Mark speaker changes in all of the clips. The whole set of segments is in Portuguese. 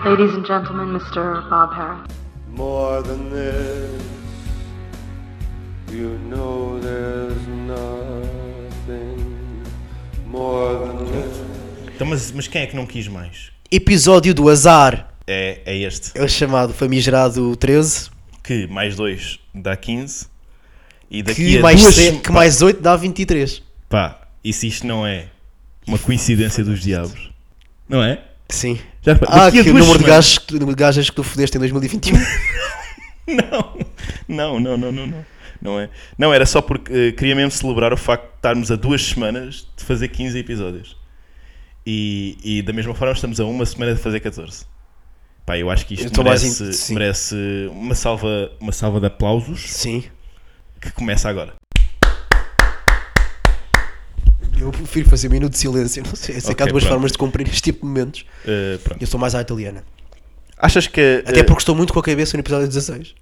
Speaker 1: Ladies and gentlemen, Mr. Bob Harris.
Speaker 2: More than this, you know there's nothing more than this.
Speaker 3: Então, mas, mas quem é que não quis mais?
Speaker 4: Episódio do Azar,
Speaker 3: É, é este.
Speaker 4: é o chamado famigerado 13,
Speaker 3: Que mais dois dá 15. E daqui
Speaker 4: que
Speaker 3: a
Speaker 4: mais,
Speaker 3: duas...
Speaker 4: se-
Speaker 3: sem-
Speaker 4: que mais 8 dá 23.
Speaker 3: Pá, e se isto não é uma coincidência dos diabos? Não é?
Speaker 4: Sim.
Speaker 3: Já repara-
Speaker 4: Ah,
Speaker 3: daqui a
Speaker 4: que o
Speaker 3: duas
Speaker 4: número de,
Speaker 3: semanas-
Speaker 4: gajos, que tu- número de gajas que tu fodeste em 2021.
Speaker 3: Não, não, não, não, não. Não é? Não, era só porque eh, queria mesmo celebrar o facto de estarmos a duas semanas de fazer 15 episódios. E, e da mesma forma estamos a uma semana de fazer 14. Pá, eu acho que
Speaker 4: Eu
Speaker 3: isto
Speaker 4: tô Então, mais
Speaker 3: merece,
Speaker 4: in- sim.
Speaker 3: merece uma, salva, uma salva de aplausos
Speaker 4: Sim.
Speaker 3: que começa agora.
Speaker 4: Eu prefiro fazer um minuto de silêncio. Não sei, sei que há
Speaker 3: Ok,
Speaker 4: duas
Speaker 3: pronto.
Speaker 4: formas de cumprir este tipo de momentos.
Speaker 3: Eh, pronto.
Speaker 4: Eu sou mais à italiana.
Speaker 3: Achas que.
Speaker 4: Até
Speaker 3: eh,
Speaker 4: porque estou muito com a cabeça no episódio 16.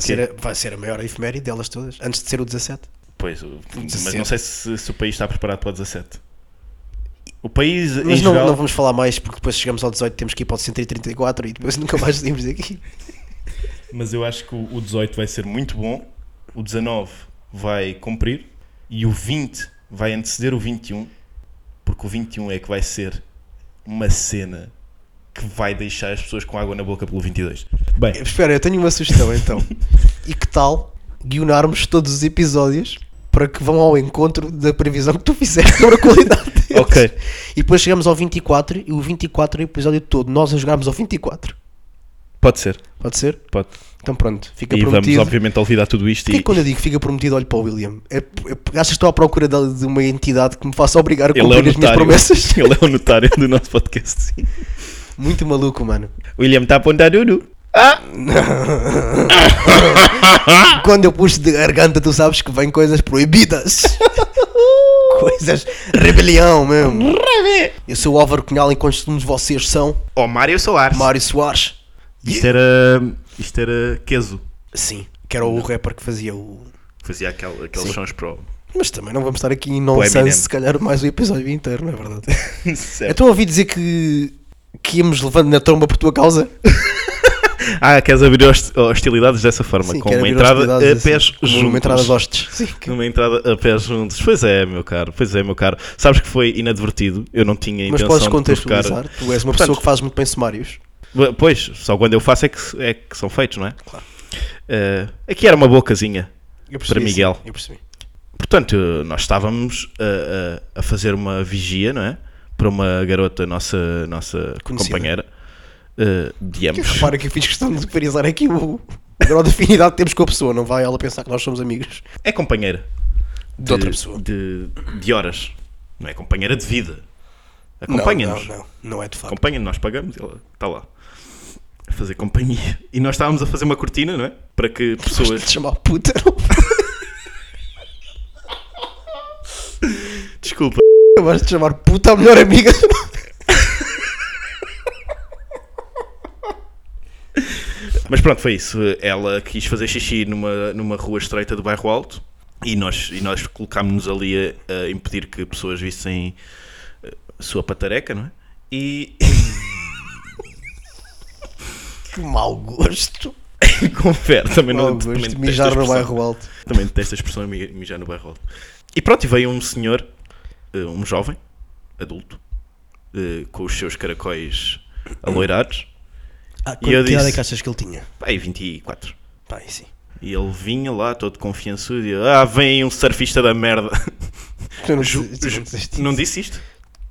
Speaker 3: Porquê?
Speaker 4: ser, a, vai ser a maior efeméride delas todas, antes de ser o 17.
Speaker 3: Pois, o- mas
Speaker 4: 17.
Speaker 3: não sei se, se o país está preparado para o 17. O país, em
Speaker 4: Mas não,
Speaker 3: geral.
Speaker 4: não vamos falar mais, porque depois chegamos ao 18 temos que ir para o 134 e depois nunca mais saímos daqui.
Speaker 3: Mas eu acho que o o 18 vai ser muito bom, o 19 vai cumprir e o 20 vai anteceder o 21, porque o 21 é que vai ser uma cena que vai deixar as pessoas com água na boca pelo 22. Bem,
Speaker 4: Espera, eu tenho uma sugestão então. E que tal guionarmos todos os episódios para que vão ao encontro da previsão que tu fizeste sobre a qualidade deles?
Speaker 3: Ok.
Speaker 4: E depois chegamos ao 24 e o 24 é o episódio todo. Nós a jogarmos ao 24.
Speaker 3: pode ser,
Speaker 4: Pode ser?
Speaker 3: pode.
Speaker 4: Então pronto, fica
Speaker 3: e vamos
Speaker 4: prometido.
Speaker 3: obviamente olvidar tudo isto
Speaker 4: Porquê
Speaker 3: e
Speaker 4: que quando eu digo fica prometido, olho para o William? É, é, achas que estou à procura de, de uma entidade que me faça obrigar a
Speaker 3: ele é o
Speaker 4: cumprir as minhas
Speaker 3: notário.
Speaker 4: promessas?
Speaker 3: Ele é o notário do nosso podcast. sim.
Speaker 4: Muito maluco, mano.
Speaker 3: William está a apontar Dudu.
Speaker 4: Quando eu puxo de garganta, tu sabes que vem coisas proibidas. coisas rebelião mesmo. Eu sou o Álvaro Cunhal enquanto todos vocês são
Speaker 3: Ó Mário Oh, Soares.
Speaker 4: Mário Soares.
Speaker 3: Isto era. Isto era queso.
Speaker 4: Sim, que era o rapper que fazia o.
Speaker 3: Fazia aquel- aqueles sons para o.
Speaker 4: Mas também não vamos estar aqui em
Speaker 3: Eminem.
Speaker 4: nonsense, se calhar mais um episódio inteiro, não é verdade?
Speaker 3: Certo.
Speaker 4: então ouvi dizer que. que íamos levando na tromba por tua causa.
Speaker 3: Ah, queres abrir host- hostilidades dessa forma?
Speaker 4: Sim,
Speaker 3: com
Speaker 4: quero
Speaker 3: uma
Speaker 4: abrir
Speaker 3: entrada a
Speaker 4: hostilidades,
Speaker 3: pés
Speaker 4: assim,
Speaker 3: juntos.
Speaker 4: Uma entrada de hostes. Sim, que-
Speaker 3: Numa entrada a pés juntos. Pois é, meu caro. Pois é, meu caro. Sabes que foi inadvertido. Eu não tinha
Speaker 4: Mas
Speaker 3: intenção
Speaker 4: podes
Speaker 3: de provocar...
Speaker 4: contextualizar, tu és uma
Speaker 3: Portanto-
Speaker 4: pessoa que faz muito bem sumários.
Speaker 3: Bem, Pois, só quando eu faço é que, é que são feitos, não é? Claro. aqui era uma bocazinha.
Speaker 4: Eu
Speaker 3: percebi, Para Miguel. sim,
Speaker 4: eu percebi.
Speaker 3: Portanto, nós estávamos a, a- a fazer uma vigia, não é? Para uma garota, nossa, nossa
Speaker 4: Conhecida.
Speaker 3: companheira. eh, de ambos.
Speaker 4: Repara que eu fiz questão de parizar aqui o, o grau de afinidade que temos com a pessoa, não vai ela pensar que nós somos amigos
Speaker 3: É companheira.
Speaker 4: de, outra pessoa.
Speaker 3: De, de horas. Não é companheira de vida. Acompanha-nos.
Speaker 4: Não, não, não, não é de facto.
Speaker 3: Acompanha-nos, nós pagamos e ela está lá. A fazer companhia. E nós estávamos a fazer uma cortina, não é? Para que
Speaker 4: Gosto de te
Speaker 3: pessoas.
Speaker 4: chamar puta.
Speaker 3: Desculpa.
Speaker 4: Eu gosto de chamar puta a melhor amiga.
Speaker 3: Mas pronto, foi isso. Ela quis fazer xixi numa, numa rua estreita do bairro Alto e nós, e nós colocámos-nos ali a, a impedir que pessoas vissem eh, a sua patareca, não é? E
Speaker 4: Que mau gosto.
Speaker 3: confere, também
Speaker 4: Mau
Speaker 3: não também
Speaker 4: gosto.
Speaker 3: detesto
Speaker 4: Mijar
Speaker 3: a
Speaker 4: no
Speaker 3: expressão.
Speaker 4: bairro alto.
Speaker 3: Também detesto a expressão mi- mijar no bairro alto. E pronto, e veio um senhor, eh, um jovem, adulto, eh, com os seus caracóis aloirados, E
Speaker 4: Ah,
Speaker 3: eu
Speaker 4: quanto idade
Speaker 3: disse-
Speaker 4: é que achas que ele tinha?
Speaker 3: pai, 24.
Speaker 4: Pá, e sim.
Speaker 3: E ele vinha lá todo confiançudo e eu, ah, vem aí um surfista da merda.
Speaker 4: Tu não,
Speaker 3: Ju-
Speaker 4: tu
Speaker 3: ju-
Speaker 4: não disseste
Speaker 3: não
Speaker 4: isso.
Speaker 3: disse isto?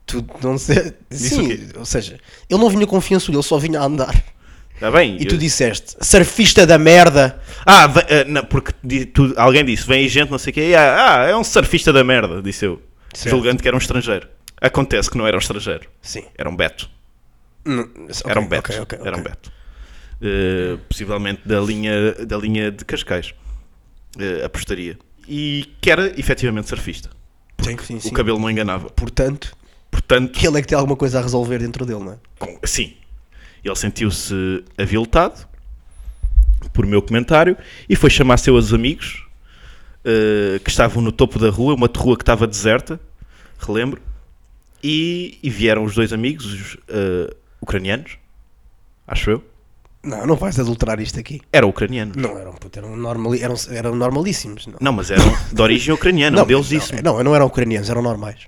Speaker 4: Tu não disseste-
Speaker 3: Disse o
Speaker 4: Sim,
Speaker 3: quê?
Speaker 4: ou seja, ele não vinha confiançudo, ele só vinha a andar.
Speaker 3: Está Tá bem.
Speaker 4: E
Speaker 3: eu-
Speaker 4: tu disseste, surfista da merda.
Speaker 3: Ah, ve- eh, não, porque di- tu- alguém disse, vem aí gente, não sei o quê, e, ah, ah, é um surfista da merda, disse eu,
Speaker 4: Certo.
Speaker 3: julgando que era um estrangeiro. Acontece que não era um estrangeiro,
Speaker 4: Sim.
Speaker 3: era um Beto.
Speaker 4: Okay,
Speaker 3: era um Beto.
Speaker 4: ok, ok,
Speaker 3: Era um
Speaker 4: ok.
Speaker 3: Beto. Eh, possivelmente da linha, da linha de Cascais. Eh, apostaria. E que era efetivamente surfista.
Speaker 4: Sim, sim, sim.
Speaker 3: O cabelo não enganava.
Speaker 4: Portanto,
Speaker 3: Portanto,
Speaker 4: ele é que tem alguma coisa a resolver dentro dele, não é?
Speaker 3: com- sim. Ele sentiu-se aviltado por meu comentário e foi chamar seus amigos eh, que estavam no topo da rua, uma rua que estava deserta, relembro. E, e vieram os dois amigos, os, eh, ucranianos, Acho eu.
Speaker 4: Não, não vais adulterar isto aqui.
Speaker 3: Era ucraniano.
Speaker 4: Não, eram, puto, eram, normali, eram, eram normalíssimos. Não,
Speaker 3: Não, mas eram de origem ucraniana. um deles disse-me.
Speaker 4: não, não eram ucranianos, eram normais.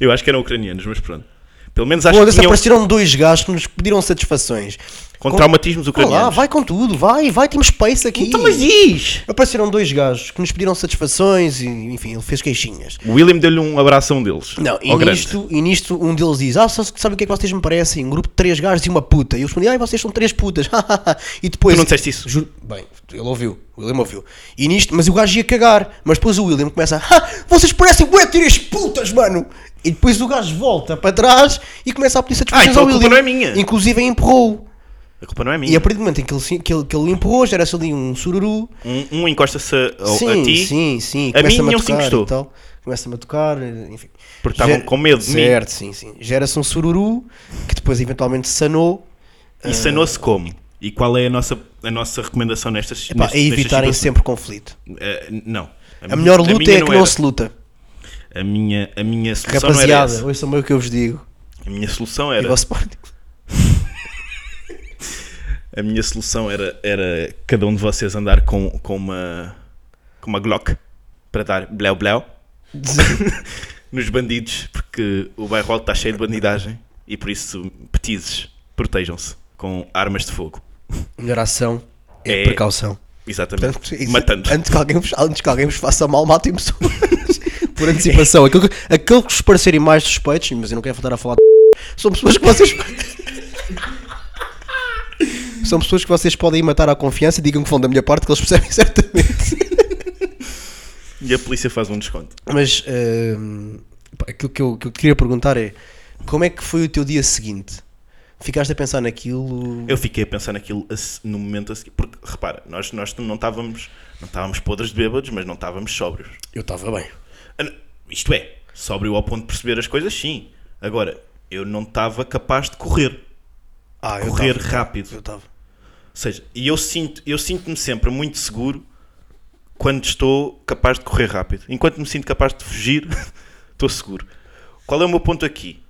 Speaker 3: Eu acho que eram ucranianos, mas pronto. Pelo menos acho que
Speaker 4: Foda-se,
Speaker 3: tinham
Speaker 4: apareceram dois gajos que nos pediram satisfações.
Speaker 3: com traumatismos
Speaker 4: Vai lá,
Speaker 3: ucranianos.
Speaker 4: vai com tudo, vai, vai, temos space aqui.
Speaker 3: Então, mas diz!
Speaker 4: Apareceram dois gajos que nos pediram satisfações e, enfim, ele fez queixinhas.
Speaker 3: O William deu-lhe um abraço a um deles.
Speaker 4: Não, e
Speaker 3: Ao grande.
Speaker 4: nisto, e nisto um deles diz: Ah, sabe, sabe o que é que vocês me parecem? Um grupo de três gajos e uma puta. E eu respondi: Ah, vocês são três putas. e depois.
Speaker 3: Tu não disseste isso?
Speaker 4: Juro- Bem, ele ouviu, o William ouviu. E nisto, mas o gajo ia cagar. Mas depois o William começa: Ah, vocês parecem bué três putas, mano. E depois o gajo volta para trás e começa a pedir satisfações
Speaker 3: Ah, então
Speaker 4: ao
Speaker 3: a culpa
Speaker 4: William.
Speaker 3: não é minha.
Speaker 4: Inclusive empurrou
Speaker 3: A culpa não é
Speaker 4: E
Speaker 3: minha.
Speaker 4: a partir do momento em que ele, se- que ele, que ele empurrou, gera-se ali um sururu.
Speaker 3: Um, um encosta-se a, ao-
Speaker 4: sim,
Speaker 3: a ti.
Speaker 4: sim, sim.
Speaker 3: A mim
Speaker 4: Começa-me
Speaker 3: não se
Speaker 4: tocar e
Speaker 3: encostou.
Speaker 4: tal. Começa-me a tocar, enfim.
Speaker 3: Porque estavam
Speaker 4: Ger-
Speaker 3: com medo de mim.
Speaker 4: Certo, sim, sim. Gera-se um sururu que depois eventualmente sanou.
Speaker 3: E sanou-se como? E qual é a nossa, a nossa recomendação nestas
Speaker 4: Epá,
Speaker 3: nestas-
Speaker 4: é evitarem
Speaker 3: nestas
Speaker 4: sempre conflito.
Speaker 3: situações? Eh, não.
Speaker 4: A melhor luta
Speaker 3: minha
Speaker 4: é a que não
Speaker 3: era.
Speaker 4: se luta.
Speaker 3: A minha, a minha solução não era
Speaker 4: Rapaziada,
Speaker 3: essa.
Speaker 4: ouçam bem o que eu vos digo.
Speaker 3: A minha solução
Speaker 4: Viva
Speaker 3: era...
Speaker 4: o Sporting.
Speaker 3: A minha solução era, era cada um de vocês andar com, com uma com uma Glock para dar bléu bléu nos bandidos, porque o bairro alto está cheio de bandidagem e por isso petizes, protejam-se com armas de fogo.
Speaker 4: A melhor ação é,
Speaker 3: É-
Speaker 4: precaução.
Speaker 3: Exatamente.
Speaker 4: Portanto, isso- é
Speaker 3: Matando.
Speaker 4: Antes que, alguém vos, antes que alguém vos faça mal, matem pessoas. Por antecipação. Aquilo que, aquilo que vos parecerem mais suspeitos, mas eu não quero voltar a falar de são pessoas que vocês. são pessoas que vocês podem matar à confiança e digam que vão da minha parte, que eles percebem certamente.
Speaker 3: E a polícia faz um desconto.
Speaker 4: Mas hum, pá, aquilo que eu, que eu queria perguntar é: como é que foi o teu dia seguinte? Ficaste a pensar naquilo?
Speaker 3: Eu fiquei a pensar naquilo a se- no momento a seguir, porque repara, nós, nós não estávamos não estávamos podres de bêbados, mas não estávamos sóbrios.
Speaker 4: Eu estava bem.
Speaker 3: Ah, não. Isto é, sóbrio ao ponto de perceber as coisas, sim. Agora, eu não estava capaz de correr.
Speaker 4: Ah, eu
Speaker 3: correr
Speaker 4: tava.
Speaker 3: rápido.
Speaker 4: Eu
Speaker 3: Ou
Speaker 4: estava.
Speaker 3: seja, e eu sinto, eu sinto-me sempre muito seguro quando estou capaz de correr rápido. Enquanto me sinto capaz de fugir, estou seguro. Qual é o meu ponto aqui?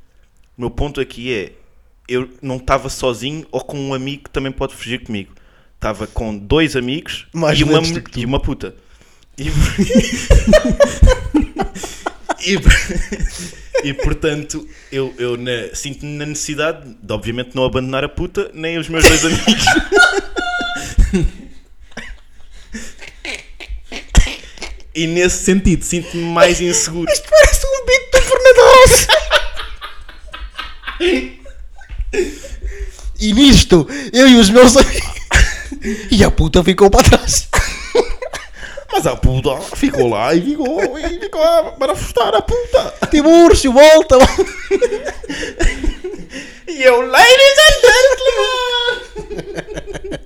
Speaker 3: O meu ponto aqui é eu não estava sozinho ou com um amigo que também pode fugir comigo. Estava com dois amigos
Speaker 4: Mais
Speaker 3: e, uma,
Speaker 4: lentos
Speaker 3: mu-
Speaker 4: do que tu.
Speaker 3: e uma puta. E, e, e, portanto, eu, eu na- sinto-me na necessidade de, obviamente, não abandonar a puta nem os meus dois amigos. E nesse sentido, sinto-me mais inseguro.
Speaker 4: Isto parece um beat do Fernando Rosa. e nisto, eu e os meus amigos. E a puta ficou para trás.
Speaker 3: Mas a puta ficou lá e ficou, e ficou a manifestar a puta.
Speaker 4: Timúrcio, Tipo, volta!
Speaker 3: E eu, ladies and gentlemen!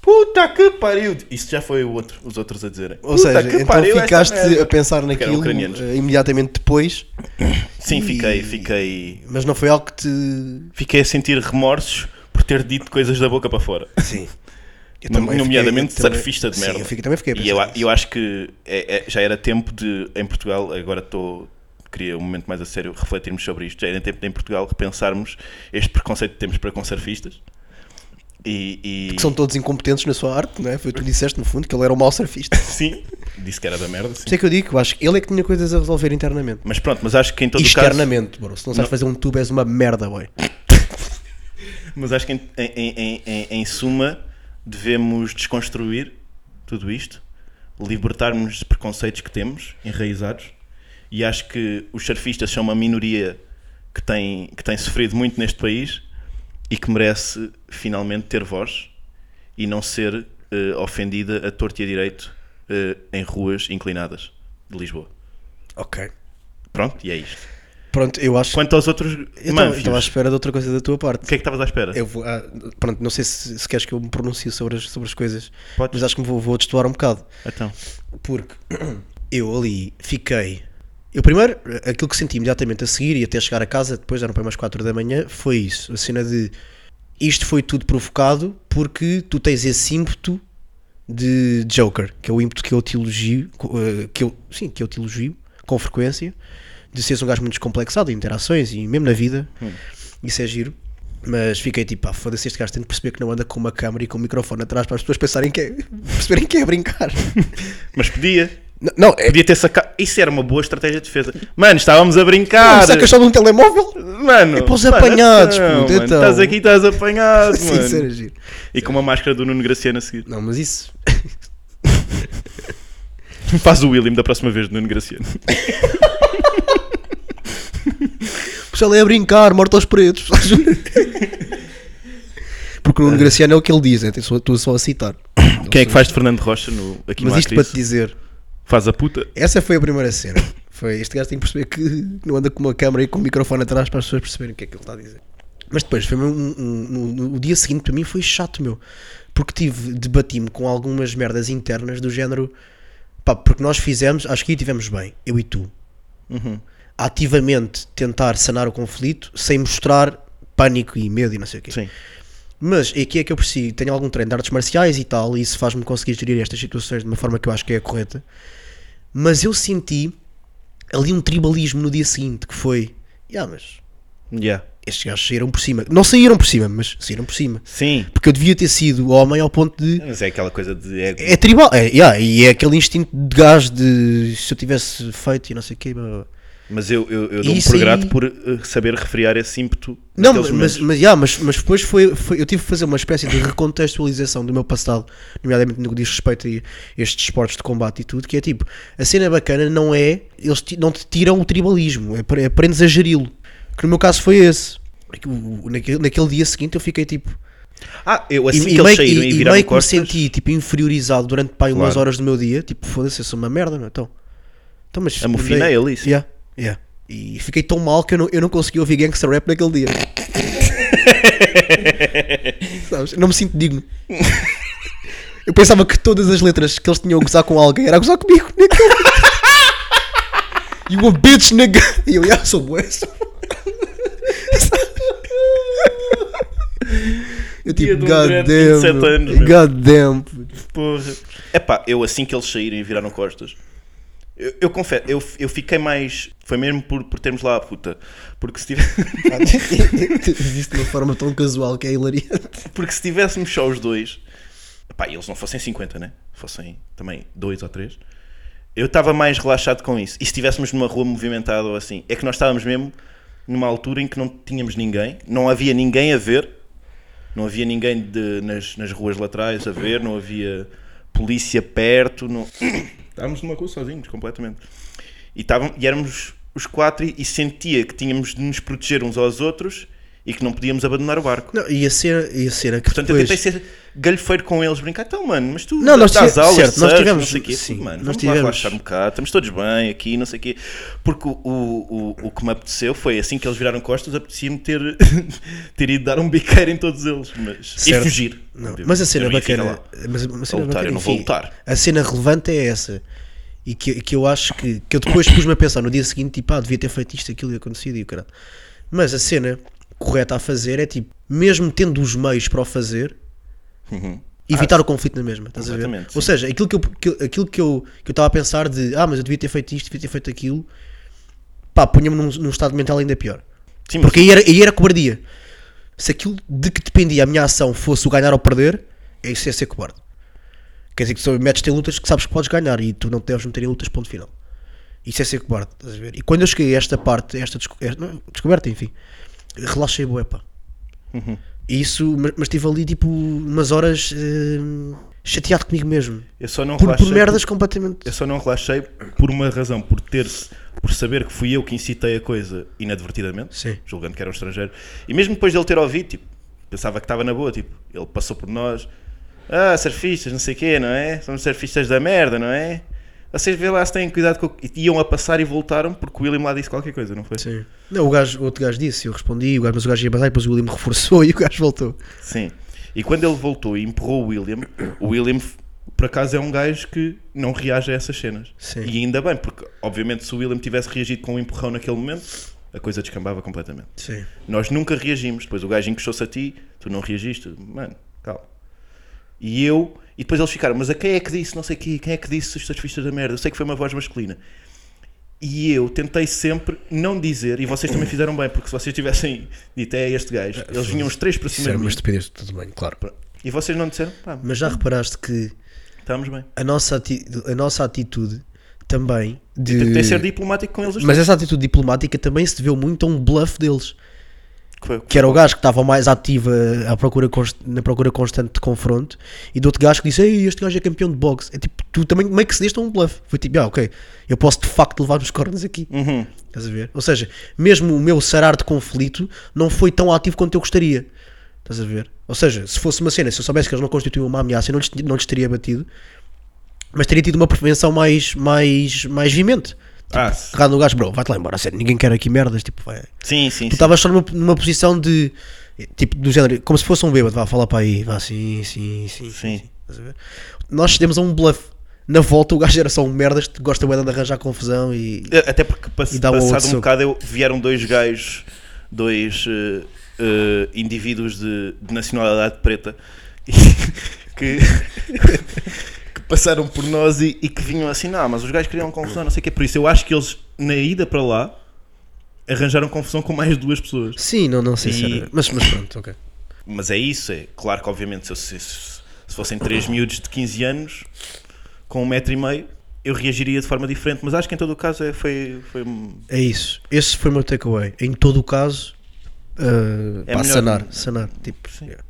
Speaker 3: Puta que pariu! Isso já foi o outro, os outros a dizerem.
Speaker 4: Ou seja,
Speaker 3: puta que
Speaker 4: então
Speaker 3: pariu esta
Speaker 4: ficaste
Speaker 3: merda.
Speaker 4: a pensar
Speaker 3: Porque eram
Speaker 4: naquilo
Speaker 3: ucranianos.
Speaker 4: eh, imediatamente depois,
Speaker 3: Sim, fiquei,
Speaker 4: E-
Speaker 3: fiquei.
Speaker 4: mas não foi algo que te.
Speaker 3: Fiquei a sentir remorsos por ter dito coisas da boca para fora.
Speaker 4: Sim. Eu
Speaker 3: Nome-
Speaker 4: também
Speaker 3: nomeadamente
Speaker 4: fiquei- também-
Speaker 3: surfista de
Speaker 4: Sim,
Speaker 3: merda.
Speaker 4: eu fiquei- também fiquei a
Speaker 3: E eu,
Speaker 4: pensar
Speaker 3: a- eu acho que é- é- já era tempo de, em Portugal, agora estou. Queria um momento mais a sério refletirmos sobre isto. Já era tempo de, em Portugal, repensarmos este preconceito que temos para com surfistas. E. e-
Speaker 4: Que são todos incompetentes na sua arte, não é? Foi o que tu disseste no fundo, que ele era um mau surfista. Por
Speaker 3: Sim, disse que era da merda. sim.
Speaker 4: isso é que eu digo, eu acho que ele é que tinha coisas a resolver internamente.
Speaker 3: Mas pronto, mas acho que em todo o caso.
Speaker 4: Externamente, bro. Se não sabes fazer um tubo, és uma merda, boy.
Speaker 3: Mas acho que em, em- em- em- em suma devemos desconstruir tudo isto, libertarmos de preconceitos que temos, enraizados, e acho que os surfistas são uma minoria que tem, que tem sofrido muito neste país e que merece finalmente ter voz e não ser eh, ofendida a torto e a direito eh, em ruas inclinadas de Lisboa.
Speaker 4: Ok.
Speaker 3: Pronto, e é isto.
Speaker 4: Pronto, eu acho
Speaker 3: Quanto aos outros
Speaker 4: Eu tava-
Speaker 3: manfios,
Speaker 4: estava à
Speaker 3: o
Speaker 4: espera de outra coisa da tua parte.
Speaker 3: que é que estavas à espera?
Speaker 4: Então, Eu vou, ah, pronto, não sei se, se queres que eu me pronuncie sobre as, sobre as coisas,
Speaker 3: Podes.
Speaker 4: mas acho que me vou, vou destoar um bocado.
Speaker 3: Então,
Speaker 4: Porque eu ali fiquei. Eu primeiro, aquilo que senti imediatamente a seguir e até chegar a casa, depois eram para umas 4 da manhã, foi isso. A cena de isto foi tudo provocado porque tu tens esse ímpeto de Joker, que é o ímpeto que eu te elogio, co- eh, que eu, sim, que eu te elogio com frequência, de seres um gajo muito descomplexado em interações e mesmo na vida, isso é giro. Mas fiquei tipo, pá, foda-se, este gajo tem de perceber que não anda com uma câmera e com um microfone atrás para as pessoas pensarem que é, perceberem que é brincar.
Speaker 3: Mas podia.
Speaker 4: N- Não, é.
Speaker 3: Podia ter sacado. Isso era uma boa estratégia de defesa. Mano, estávamos a
Speaker 4: Não,
Speaker 3: brincar.
Speaker 4: sacas só de um telemóvel?
Speaker 3: Mano,
Speaker 4: É para os
Speaker 3: pá,
Speaker 4: apanhados,
Speaker 3: não,
Speaker 4: puto,
Speaker 3: mano,
Speaker 4: então.
Speaker 3: Estás aqui, estás apanhado,
Speaker 4: Sim,
Speaker 3: mano.
Speaker 4: isso era giro.
Speaker 3: E com uma máscara do Nuno Graciano a seguir.
Speaker 4: Não, mas isso.
Speaker 3: Faz o William da próxima vez do Nuno Graciano.
Speaker 4: O pessoal é a brincar, morto aos pretos. Porque o Nuno Graciano é o que ele diz, atenção, estou só a citar.
Speaker 3: Quem é que faz de Fernando Rocha no, aqui
Speaker 4: Mas
Speaker 3: no
Speaker 4: isto para
Speaker 3: Atriz?
Speaker 4: te dizer,
Speaker 3: Faz a puta.
Speaker 4: essa foi a primeira cena. Foi, este gajo tem que perceber que não anda com uma câmera e com um microfone atrás para as pessoas perceberem o que é que ele está a dizer. Mas depois, foi mesmo um, um- um- o dia seguinte para mim foi chato, meu. Porque tive, debati-me com algumas merdas internas do género. Pá, porque nós fizemos, acho que aí tivemos bem, eu e tu.
Speaker 3: Uhum.
Speaker 4: Ativamente tentar sanar o conflito sem mostrar pânico e medo e não sei o quê.
Speaker 3: Sim.
Speaker 4: Mas aqui é que eu percebi, tenho algum treino de artes marciais e tal, e isso faz-me conseguir gerir estas situações de uma forma que eu acho que é a correta. Mas eu senti ali um tribalismo no dia seguinte, que foi, "Ya, mas
Speaker 3: Yeah.
Speaker 4: estes gajos saíram por cima. Não saíram por cima, mas saíram por cima.
Speaker 3: Sim.
Speaker 4: Porque eu devia ter sido homem ao ponto de...
Speaker 3: Mas é aquela coisa de. ego.
Speaker 4: É tribal, é, ya, e é aquele instinto de gajo de se eu tivesse feito e não sei o quê... blá, blá, blá."
Speaker 3: Mas eu, eu, eu dou-me
Speaker 4: Isso
Speaker 3: por
Speaker 4: aí-
Speaker 3: grato por eh, saber refriar esse ímpeto.
Speaker 4: Não,
Speaker 3: naqueles
Speaker 4: mas,
Speaker 3: momentos.
Speaker 4: mas, yeah, mas, mas depois foi, foi- eu tive que fazer uma espécie de recontextualização do meu passado, nomeadamente no que diz respeito a estes esportes de combate e tudo, que é tipo, a cena bacana não é, eles ti- não te tiram o tribalismo, é pre- aprendes a geri-lo, que no meu caso foi esse. O- o- Naquele, naquele dia seguinte eu fiquei tipo,
Speaker 3: Ah, eu assim
Speaker 4: e,
Speaker 3: que
Speaker 4: e
Speaker 3: eles
Speaker 4: meio,
Speaker 3: saíram e,
Speaker 4: e- e
Speaker 3: viraram
Speaker 4: meio que me
Speaker 3: costas.
Speaker 4: senti tipo, inferiorizado durante pá, umas
Speaker 3: Claro.
Speaker 4: horas do meu dia, tipo, foda-se, eu sou uma merda, não é? Então, então mas...
Speaker 3: Amofinei ali, sim.
Speaker 4: Yeah, yeah. E fiquei tão mal que eu não, eu não consegui ouvir gangster rap naquele dia. Sabes? Não me sinto digno. Eu pensava que todas as letras que eles tinham a gozar com alguém era a gozar comigo. né? naquele dia. You a bitch, nigga. E eu, yeah, sou bué, sou Eu
Speaker 3: Dia
Speaker 4: tipo,
Speaker 3: de um
Speaker 4: god
Speaker 3: dread de
Speaker 4: damn,
Speaker 3: 27
Speaker 4: meu.
Speaker 3: anos, meu.
Speaker 4: god damn.
Speaker 3: Porra. Epá, eu assim que eles saíram e viraram costas. Eu, eu confesso, eu, eu fiquei mais. Foi mesmo por, por termos lá a puta. Porque se, tive-
Speaker 4: Ah, Diz isto de uma forma tão casual que é hilariante.
Speaker 3: porque se tivéssemos só os dois. Epá, eles não fossem 50, né? Fossem também dois ou três. Eu estava mais relaxado com isso. E se estivéssemos numa rua movimentada ou assim. É que nós estávamos mesmo numa altura em que não tínhamos ninguém. Não havia ninguém a ver. Não havia ninguém de- nas, nas ruas laterais a ver, não havia polícia perto. Não... Estávamos numa rua sozinhos, completamente. E, estavam, e éramos os quatro e, e sentia que tínhamos de nos proteger uns aos outros e que não podíamos abandonar o barco.
Speaker 4: Não, e a cena, e a cena né? que
Speaker 3: Portanto, eu
Speaker 4: depois...
Speaker 3: tentei ser galhofeiro com eles, brincar. Então, mano, mas tu
Speaker 4: Não, nós
Speaker 3: das
Speaker 4: tive-
Speaker 3: aulas,
Speaker 4: certo, nós
Speaker 3: surf,
Speaker 4: tivemos-
Speaker 3: não sei o quê.
Speaker 4: sim,
Speaker 3: mano,
Speaker 4: nós
Speaker 3: vamos
Speaker 4: tivemos-
Speaker 3: lá relaxar um bocado, estamos todos bem aqui, não sei o quê. Porque o, o, o, o que me apeteceu foi, assim que eles viraram costas, apetecia-me ter, ter ido dar um biqueiro em todos eles. Mas,
Speaker 4: Certo.
Speaker 3: E fugir.
Speaker 4: Não,
Speaker 3: obviamente.
Speaker 4: mas a cena
Speaker 3: Eu não ia ficar
Speaker 4: bacana.
Speaker 3: lá.
Speaker 4: Mas a cena
Speaker 3: lutar,
Speaker 4: bacana,
Speaker 3: eu não vou
Speaker 4: enfim,
Speaker 3: lutar.
Speaker 4: A cena relevante é essa. E que, que eu acho que, que eu depois pus-me a pensar no dia seguinte, tipo, ah, devia ter feito isto, aquilo e acontecido e o caralho. Mas a cena correta a fazer é tipo, mesmo tendo os meios para o fazer,
Speaker 3: Uhum.
Speaker 4: evitar o conflito na mesma. Estás a ver?
Speaker 3: Completamente,
Speaker 4: Ou seja, aquilo que eu que- aquilo que eu que eu estava a pensar de, ah, mas eu devia ter feito isto, devia ter feito aquilo, pá, punha-me num, num estado mental ainda pior.
Speaker 3: Sim, mas
Speaker 4: Porque aí era, aí era cobardia. Se aquilo de que dependia a minha ação fosse o ganhar ou perder, é isso é ser cobarde. Quer dizer que só metes-te em lutas que sabes que podes ganhar e tu não te deves meter em lutas, ponto final. Isso é ser cobarde, estás a ver? E quando eu cheguei a esta parte, a esta, desco- esta- não, descoberta, enfim, relaxei bué, pá. E isso, mas, mas estive ali tipo umas horas eh, chateado comigo mesmo.
Speaker 3: eu só não
Speaker 4: é Por, por
Speaker 3: relaxei
Speaker 4: merdas completamente.
Speaker 3: é Eu só não relaxei por uma razão, por ter por saber que fui eu que incitei a coisa inadvertidamente,
Speaker 4: Sim.
Speaker 3: julgando que era um estrangeiro, e mesmo depois dele ter ouvido, tipo, pensava que estava na boa, tipo, ele passou por nós, ah, surfistas, não sei quê, não é? Somos surfistas da merda, não é? Vocês vê lá se têm cuidado com... o que-" E iam a passar e voltaram porque o William lá disse qualquer coisa, não foi?
Speaker 4: Sim. Não, o gajo, o outro gajo disse, eu respondi, o gajo, mas o gajo ia bazar, e depois o William reforçou e o gajo voltou.
Speaker 3: Sim. E quando ele voltou e empurrou o William, o William, f- por acaso, é um gajo que não reage a essas cenas.
Speaker 4: Sim.
Speaker 3: E ainda bem, porque, obviamente, se o William tivesse reagido com um empurrão naquele momento, a coisa descambava completamente.
Speaker 4: Sim.
Speaker 3: Nós nunca reagimos. Depois o gajo encostou-se a ti, tu não reagiste. Mano, calma. E eu, e depois eles ficaram, mas a quem é que disse, não sei o quê, quem é que disse os surfistas da merda? Eu sei que foi uma voz masculina. E eu tentei sempre não dizer, e vocês também fizeram bem, porque se vocês tivessem dito é este gajo, eles vinham os três para
Speaker 4: Isso é
Speaker 3: cima
Speaker 4: era
Speaker 3: de
Speaker 4: uma
Speaker 3: mim.
Speaker 4: estupidez de todo bem, claro.
Speaker 3: E vocês não disseram, pá,
Speaker 4: Mas já reparaste que
Speaker 3: estamos bem.
Speaker 4: a nossa, ati- a nossa atitude também de.
Speaker 3: Tentei ser diplomático com eles os
Speaker 4: Mas essa atitude diplomática também se deveu muito a um bluff deles.
Speaker 3: três.
Speaker 4: Que era o gajo que estava mais ativo a- à procura const- na procura constante de confronto e do outro gajo que disse: Ei, este gajo é campeão de boxe. É tipo, tu também meio que cedeste a um bluff. Foi tipo, ah, ok, eu posso de facto levar nos cornos aqui.
Speaker 3: Uhum.
Speaker 4: Estás a ver? Ou seja, mesmo o meu sarar de conflito não foi tão ativo quanto eu gostaria. Estás a ver? Ou seja, se fosse uma cena, se eu soubesse que eles não constituíam uma ameaça, eu não lhes, não lhes teria batido, mas teria tido uma prevenção mais, mais, mais vimente.
Speaker 3: Ah, s-
Speaker 4: Agarrado no gajo, bro, vai-te lá embora, a sério, ninguém quer aqui merdas, tipo, vai.
Speaker 3: sim, sim.
Speaker 4: Tu
Speaker 3: sim.
Speaker 4: estavas só numa, numa posição de, tipo, do género, como se fosse um bêbado, vá, fala para aí, vá, sim, sim, sim,
Speaker 3: Sim.
Speaker 4: Estás a ver? Nós cedemos a um bluff. Na volta o gajo era só um merdas que gosta bué de arranjar confusão e...
Speaker 3: É, Até porque pass-
Speaker 4: E dá um outro
Speaker 3: passado um
Speaker 4: soco.
Speaker 3: bocado eu- vieram dois gajos, dois eh, eh, indivíduos de, de nacionalidade preta que, que passaram por nós e, e que vinham assim, não, mas os gajos criaram confusão, não sei o que é por isso. Eu acho que eles na ida para lá arranjaram confusão com mais duas pessoas.
Speaker 4: Sim, não, não sei se
Speaker 3: E-
Speaker 4: era. Mas, mas pronto, ok.
Speaker 3: Mas é isso, é claro que obviamente se, eu- se- se- se fossem três miúdos de 15 anos com um metro e meio eu reagiria de forma diferente, mas acho que em todo o caso é, foi, foi
Speaker 4: É isso. Esse foi o meu takeaway. Em todo o caso, uh,
Speaker 3: É
Speaker 4: pá,
Speaker 3: melhor-
Speaker 4: sanar. Sanar. Tipo,
Speaker 3: Sim.
Speaker 4: yeah.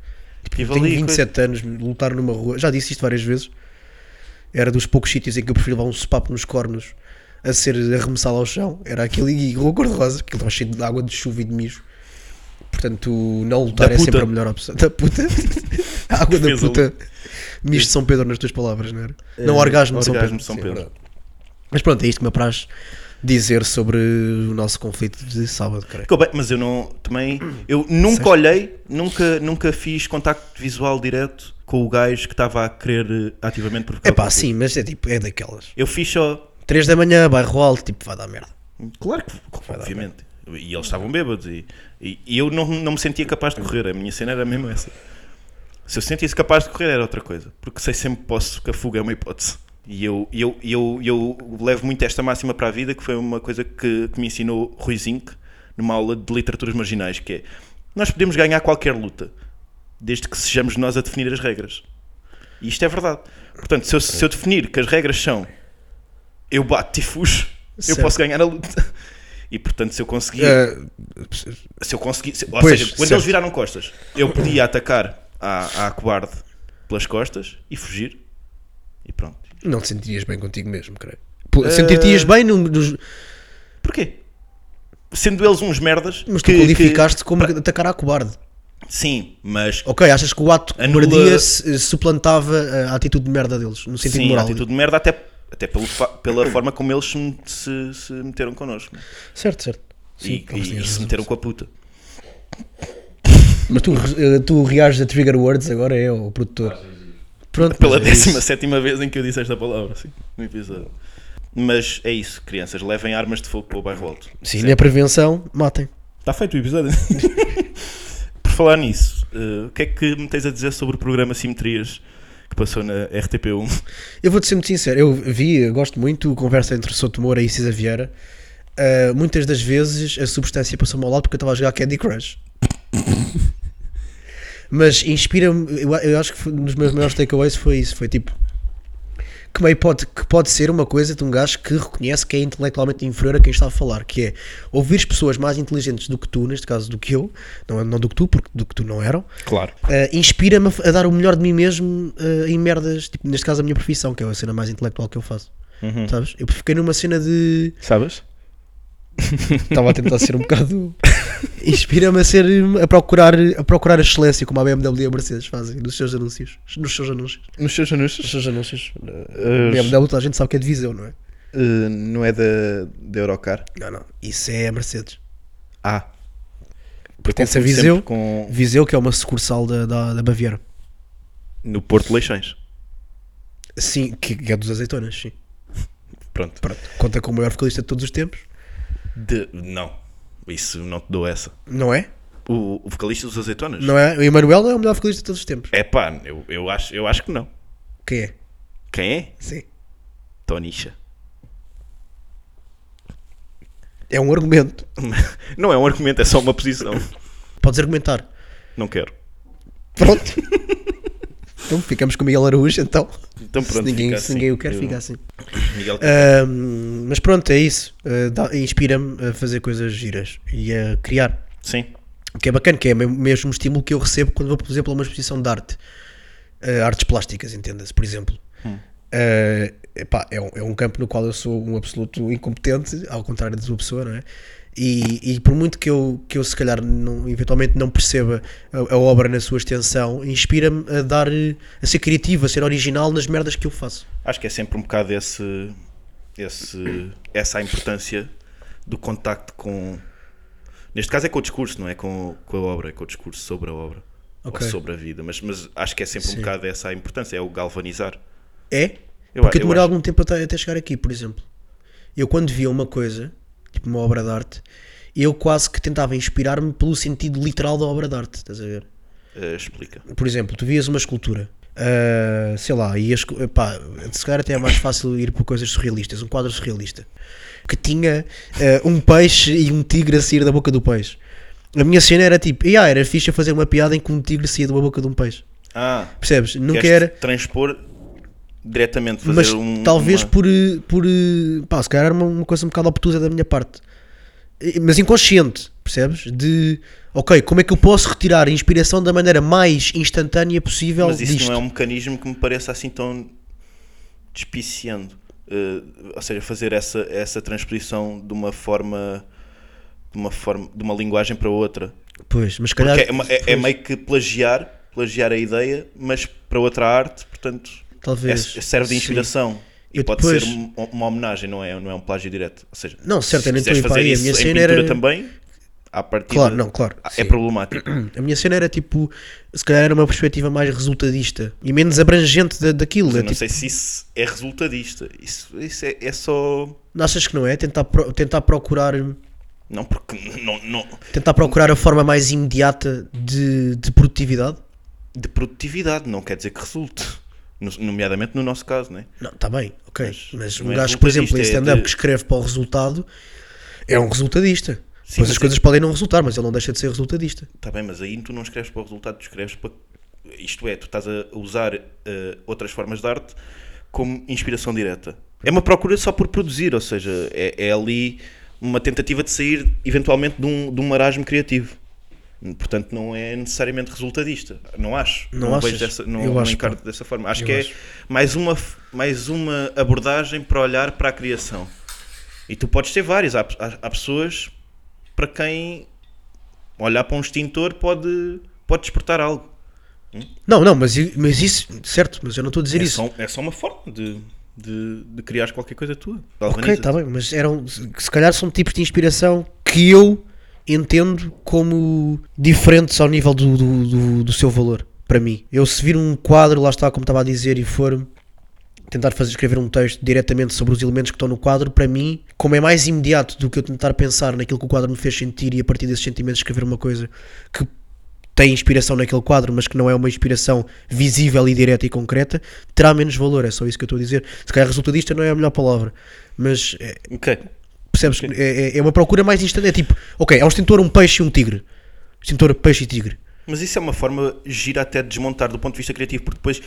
Speaker 3: Tive
Speaker 4: tenho
Speaker 3: ali coisa-
Speaker 4: 27 anos, lutar numa rua. Já disse isto várias vezes. Era dos poucos sítios em que eu prefiro levar um sopapo nos cornos a ser arremessado ao chão. Era aquele e rua cor-de-rosa, porque ele estava cheio de água, de chuva e de mijo. Portanto, não lutar
Speaker 3: Da
Speaker 4: é sempre
Speaker 3: puta.
Speaker 4: a melhor opção. Da puta. A água da
Speaker 3: Fez ali.
Speaker 4: puta. Mijo de São Pedro nas tuas palavras, não era? não, orgasmo de São
Speaker 3: Eh, orgasmo
Speaker 4: Pedro.
Speaker 3: de São
Speaker 4: Sim, é
Speaker 3: Pedro.
Speaker 4: verdade. Mas pronto, é isto que me apraz dizer sobre o nosso conflito de sábado, creio.
Speaker 3: Ficou bem, mas eu não também eu nunca
Speaker 4: Disseste?
Speaker 3: olhei, nunca, nunca fiz contacto visual direto com o gajo que estava a querer eh, ativamente provocar.
Speaker 4: É pá,
Speaker 3: o conflito.
Speaker 4: sim, mas é tipo, é daquelas.
Speaker 3: Eu fiz só.
Speaker 4: 3 da manhã, bairro alto, tipo, vai dar merda.
Speaker 3: Claro que obviamente. E eles estavam bêbados e, e, e eu não, não me sentia capaz de correr. A minha cena era mesmo essa. Se eu sentisse capaz de correr era outra coisa. Porque sei sempre que posso que a fuga é uma hipótese. E eu, eu, eu, eu levo muito esta máxima para a vida, que foi uma coisa que, que me ensinou Rui Zinck numa aula de literaturas marginais, que é nós podemos ganhar qualquer luta, desde que sejamos nós a definir as regras. E isto é verdade. Portanto, se eu, se eu definir que as regras são eu bato e fujo, eu
Speaker 4: Certo. Eh,
Speaker 3: posso ganhar a luta. E portanto, se eu conseguir
Speaker 4: Ah,
Speaker 3: se eu conseguir, se- ou
Speaker 4: Pois,
Speaker 3: seja, quando
Speaker 4: certo.
Speaker 3: eles viraram costas, eu podia atacar à, à cobarde pelas costas e fugir e pronto.
Speaker 4: não te sentirias bem contigo mesmo, creio.
Speaker 3: Ah,
Speaker 4: Sentirias bem no, nos,
Speaker 3: Porquê? Sendo eles uns merdas,
Speaker 4: mas tu qualificaste como atacar a cobarde.
Speaker 3: Sim, mas
Speaker 4: Ok, achas que o ato de
Speaker 3: Anula-
Speaker 4: cobardia se- eh, suplantava a atitude de merda deles, no sentido
Speaker 3: sim,
Speaker 4: moral.
Speaker 3: atitude de merda, até, até pelo fa- pela forma como eles se, se- se meteram connosco
Speaker 4: Certo, certo. assim,
Speaker 3: e,
Speaker 4: claro
Speaker 3: e- e
Speaker 4: que tinhas
Speaker 3: se
Speaker 4: razão.
Speaker 3: meteram com a puta.
Speaker 4: Mas tu, eh, tu reages a trigger words agora, é o produtor. Pronto,
Speaker 3: Ah, Pela
Speaker 4: mas é isso.
Speaker 3: 17 vez em que eu disse esta palavra, sim, no episódio. Mas é isso, crianças, levem armas de fogo para o bairro alto.
Speaker 4: Sim, né? na prevenção, matem.
Speaker 3: Está feito o episódio. Por falar nisso, eh, o que é que me tens a dizer sobre o programa Simetrias que passou na RTP1?
Speaker 4: Eu vou-te ser muito sincero, eu vi, eu gosto muito, conversa entre Souto Moura e Cisa Vieira. Ah, muitas das vezes a substância passou-me ao lado porque eu estava a jogar Candy Crush. Mas inspira-me, eu, a- eu acho que foi- um dos meus maiores takeaways foi isso: foi tipo. Que meio pode, que pode ser uma coisa de um gajo que reconhece que é intelectualmente inferior a quem está a falar, que é ouvir pessoas mais inteligentes do que tu, neste caso do que eu, não, não do que tu, porque do que tu não eram,
Speaker 3: Claro.
Speaker 4: Uh, inspira-me a f- a dar o melhor de mim mesmo uh, em merdas, tipo, neste caso a minha profissão, que é a cena mais intelectual que eu faço.
Speaker 3: Uhum. Hum.
Speaker 4: Sabes? Eu fiquei numa cena de.
Speaker 3: Sabes?
Speaker 4: Estava a tentar ser um bocado. Inspira-me a ser. a procurar, a procurar a excelência, como a BMW e a Mercedes fazem nos seus anúncios. Nos seus anúncios.
Speaker 3: Nos seus anúncios, Eh,
Speaker 4: Nos seus anúncios. A BMW, toda a gente sabe que é de Viseu, não é?
Speaker 3: não é da, da Eurocar?
Speaker 4: Não, não. Isso é a Mercedes.
Speaker 3: Ah.
Speaker 4: Pertence a Viseu.
Speaker 3: Com...
Speaker 4: Viseu, que é uma sucursal da, da, da Baviera.
Speaker 3: No Porto Leixões.
Speaker 4: Sim, que, que é dos azeitonas, sim.
Speaker 3: Pronto.
Speaker 4: Pronto. Conta com o maior vocalista de todos os tempos,
Speaker 3: De- Não. Isso não te dou essa.
Speaker 4: não é?
Speaker 3: O, o vocalista dos Azeitonas?
Speaker 4: Não é? O Emanuel não é o melhor vocalista de todos os tempos.
Speaker 3: É pá, eu, eu, acho, eu acho que não.
Speaker 4: Quem é?
Speaker 3: Quem é?
Speaker 4: Sim.
Speaker 3: Tonisha.
Speaker 4: É um argumento.
Speaker 3: Não é um argumento, é só uma posição.
Speaker 4: Podes argumentar.
Speaker 3: Não quero.
Speaker 4: Pronto. então ficamos com o Miguel Araújo, então.
Speaker 3: Então
Speaker 4: se
Speaker 3: pronto,
Speaker 4: ninguém,
Speaker 3: fica
Speaker 4: se
Speaker 3: assim.
Speaker 4: ninguém o quer,
Speaker 3: Eu-
Speaker 4: fica assim.
Speaker 3: Miguel quer.
Speaker 4: Ahm, mas pronto, é isso. Ah, dá- Inspira-me a fazer coisas giras e a criar.
Speaker 3: Sim.
Speaker 4: O que é bacana, que é o mesmo estímulo que eu recebo quando vou, por exemplo, a uma exposição de arte. Eh, artes plásticas, entenda-se, por exemplo. Eh, epá, é, um, é um campo no qual eu sou um absoluto incompetente, ao contrário da sua pessoa, não é? E, e por muito que eu, que eu se calhar não- eventualmente não perceba a, a obra na sua extensão, inspira-me a dar eh, a ser criativo, a ser original nas merdas que eu faço.
Speaker 3: Acho que é sempre um bocado esse, esse, essa a importância do contacto com. Neste caso é com o discurso, não é com, com a obra, é com o discurso sobre a obra
Speaker 4: Ok.
Speaker 3: ou sobre a vida. Mas, mas acho que é sempre um
Speaker 4: Sim.
Speaker 3: bocado essa a importância, é o galvanizar.
Speaker 4: É?
Speaker 3: Eu-
Speaker 4: Porque
Speaker 3: eu
Speaker 4: eu demorei
Speaker 3: acho.
Speaker 4: algum tempo até, até chegar aqui, por exemplo. Eu quando via uma coisa, tipo uma obra de arte, eu quase que tentava inspirar-me pelo sentido literal da obra de arte, estás a ver?
Speaker 3: Eh, explica.
Speaker 4: Por exemplo, tu vias uma escultura, ah, sei lá, e as, co- epá, se calhar até é mais fácil ir para coisas surrealistas, um quadro surrealista, que tinha ah, um peixe e um tigre a sair da boca do peixe. A minha cena era tipo, e ah, era fixe eu fazer uma piada em que um tigre saía da boca de um peixe.
Speaker 3: Ah,
Speaker 4: Percebes? Nunca
Speaker 3: queres
Speaker 4: era.
Speaker 3: transpor diretamente, fazer
Speaker 4: mas
Speaker 3: um.
Speaker 4: talvez
Speaker 3: uma-
Speaker 4: por, eh, por eh, pá, se calhar era uma, uma coisa um bocado obtusa da minha parte Eh, mas inconsciente percebes de ok como é que eu posso retirar a inspiração da maneira mais instantânea possível
Speaker 3: Mas isso
Speaker 4: disto
Speaker 3: não é um mecanismo que me parece assim tão despiciando. Eh, ou seja, fazer essa, essa transposição de uma forma. De uma, forma, de uma linguagem para outra.
Speaker 4: pois mas se calhar
Speaker 3: Porque é, uma- é- é
Speaker 4: pois,
Speaker 3: meio que plagiar, plagiar a ideia, mas para outra arte, portanto, é-
Speaker 4: talvez
Speaker 3: serve de
Speaker 4: sim.
Speaker 3: inspiração. E
Speaker 4: Eu
Speaker 3: pode
Speaker 4: depois-
Speaker 3: ser um- uma homenagem, não é, não é um plágio direto. Ou seja,
Speaker 4: Não, certamente
Speaker 3: se quiseres
Speaker 4: estou em
Speaker 3: fazer
Speaker 4: par, e a
Speaker 3: isso
Speaker 4: minha
Speaker 3: em
Speaker 4: cena
Speaker 3: pintura
Speaker 4: era-
Speaker 3: também, à partida,
Speaker 4: Claro, não, claro,
Speaker 3: é
Speaker 4: sim.
Speaker 3: problemático.
Speaker 4: a minha cena era tipo se calhar era uma perspectiva mais resultadista e menos abrangente da, daquilo
Speaker 3: Mas
Speaker 4: é
Speaker 3: eu não
Speaker 4: tipo,
Speaker 3: sei se isso é resultadista. Isso, isso é, é só.
Speaker 4: não achas que não é tentar pro- tentar procurar
Speaker 3: Não, porque não, não-
Speaker 4: tentar procurar a forma mais imediata de, de produtividade
Speaker 3: de produtividade não quer dizer que resulte. No- nomeadamente no nosso caso, né?
Speaker 4: Não, está bem, ok.
Speaker 3: Mas
Speaker 4: Mas,
Speaker 3: não
Speaker 4: um
Speaker 3: é
Speaker 4: gajo, por exemplo, em
Speaker 3: resultadista, é
Speaker 4: stand-up
Speaker 3: de-
Speaker 4: que escreve para o resultado é um resultadista.
Speaker 3: Sim,
Speaker 4: pois
Speaker 3: mas
Speaker 4: as
Speaker 3: é-
Speaker 4: coisas podem não resultar, mas ele não deixa de ser resultadista.
Speaker 3: Está tá bem, mas aí tu não escreves para o resultado, tu escreves para. Isto é, tu estás a usar eh, outras formas de arte como inspiração direta. É uma procura só por produzir, ou seja, é, é ali uma tentativa de sair eventualmente de um, de um marasmo criativo. Portanto, não é necessariamente resultadista. Não acho.
Speaker 4: Não achas?
Speaker 3: vejo dessa, não,
Speaker 4: Eu
Speaker 3: não
Speaker 4: acho,
Speaker 3: encaro
Speaker 4: pá.
Speaker 3: dessa forma. Acho
Speaker 4: Eu
Speaker 3: que
Speaker 4: acho.
Speaker 3: é mais uma, f- mais uma abordagem para olhar para a criação. E tu podes ter várias. Há, há- há pessoas para quem olhar para um extintor pode, pode despertar algo.
Speaker 4: Não, não, mas, i- mas isso, certo, mas eu não estou a dizer
Speaker 3: É
Speaker 4: isso.
Speaker 3: só, é só uma forma de, de, de criar qualquer coisa tua.
Speaker 4: Ok,
Speaker 3: Galvaniza-te.
Speaker 4: está bem, mas eram, se calhar são tipos de inspiração que eu entendo como diferentes ao nível do, do, do- do seu valor, para mim. Eu se vir um quadro, lá está, como estava a dizer, e for tentar fazer escrever um texto diretamente sobre os elementos que estão no quadro, para mim, como é mais imediato do que eu tentar pensar naquilo que o quadro me fez sentir e a partir desses sentimentos escrever uma coisa que tem inspiração naquele quadro, mas que não é uma inspiração visível e direta e concreta, terá menos valor, é só isso que eu estou a dizer. Se calhar resultadista não é a melhor palavra, mas é,
Speaker 3: Ok.
Speaker 4: percebes? que É, é- é uma procura mais instantânea, é tipo, ok, é um extintor, um peixe e um tigre. Extintor, peixe e tigre.
Speaker 3: Mas isso é uma forma gira até de desmontar do ponto de vista criativo, porque depois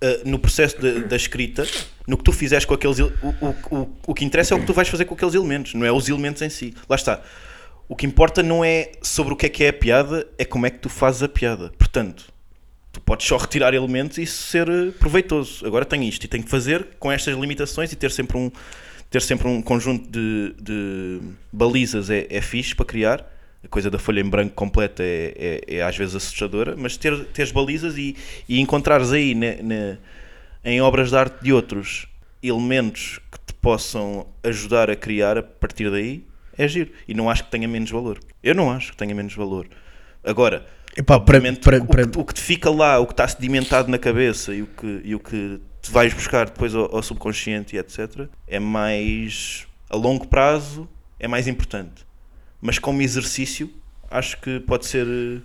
Speaker 3: ah, no processo da- da escrita, no que tu fizeres com aqueles. ele- O, o, o, o que interessa é o que tu vais fazer com aqueles elementos, não é os elementos em si. Lá está. O que importa não é sobre o que é que é a piada, é como é que tu fazes a piada. Portanto, tu podes só retirar elementos e ser eh, proveitoso. Agora tenho isto e tenho que fazer com estas limitações e ter sempre um, ter sempre um conjunto de, de balizas é, é fixe para criar. A coisa da folha em branco completa é, é, é às vezes assustadora, mas ter, teres balizas e, e encontrares aí ne- ne- em obras de arte de outros elementos que te possam ajudar a criar a partir daí é giro. E não acho que tenha menos valor. Eu não acho que tenha menos valor. Agora,
Speaker 4: Epá, para,
Speaker 3: Obviamente,
Speaker 4: para,
Speaker 3: o,
Speaker 4: para,
Speaker 3: que, o que te fica lá, o que está sedimentado na cabeça e o que, e o que te vais buscar depois ao, ao subconsciente e etc., é mais. a longo prazo é mais importante. Mas como exercício, acho que pode ser. eh,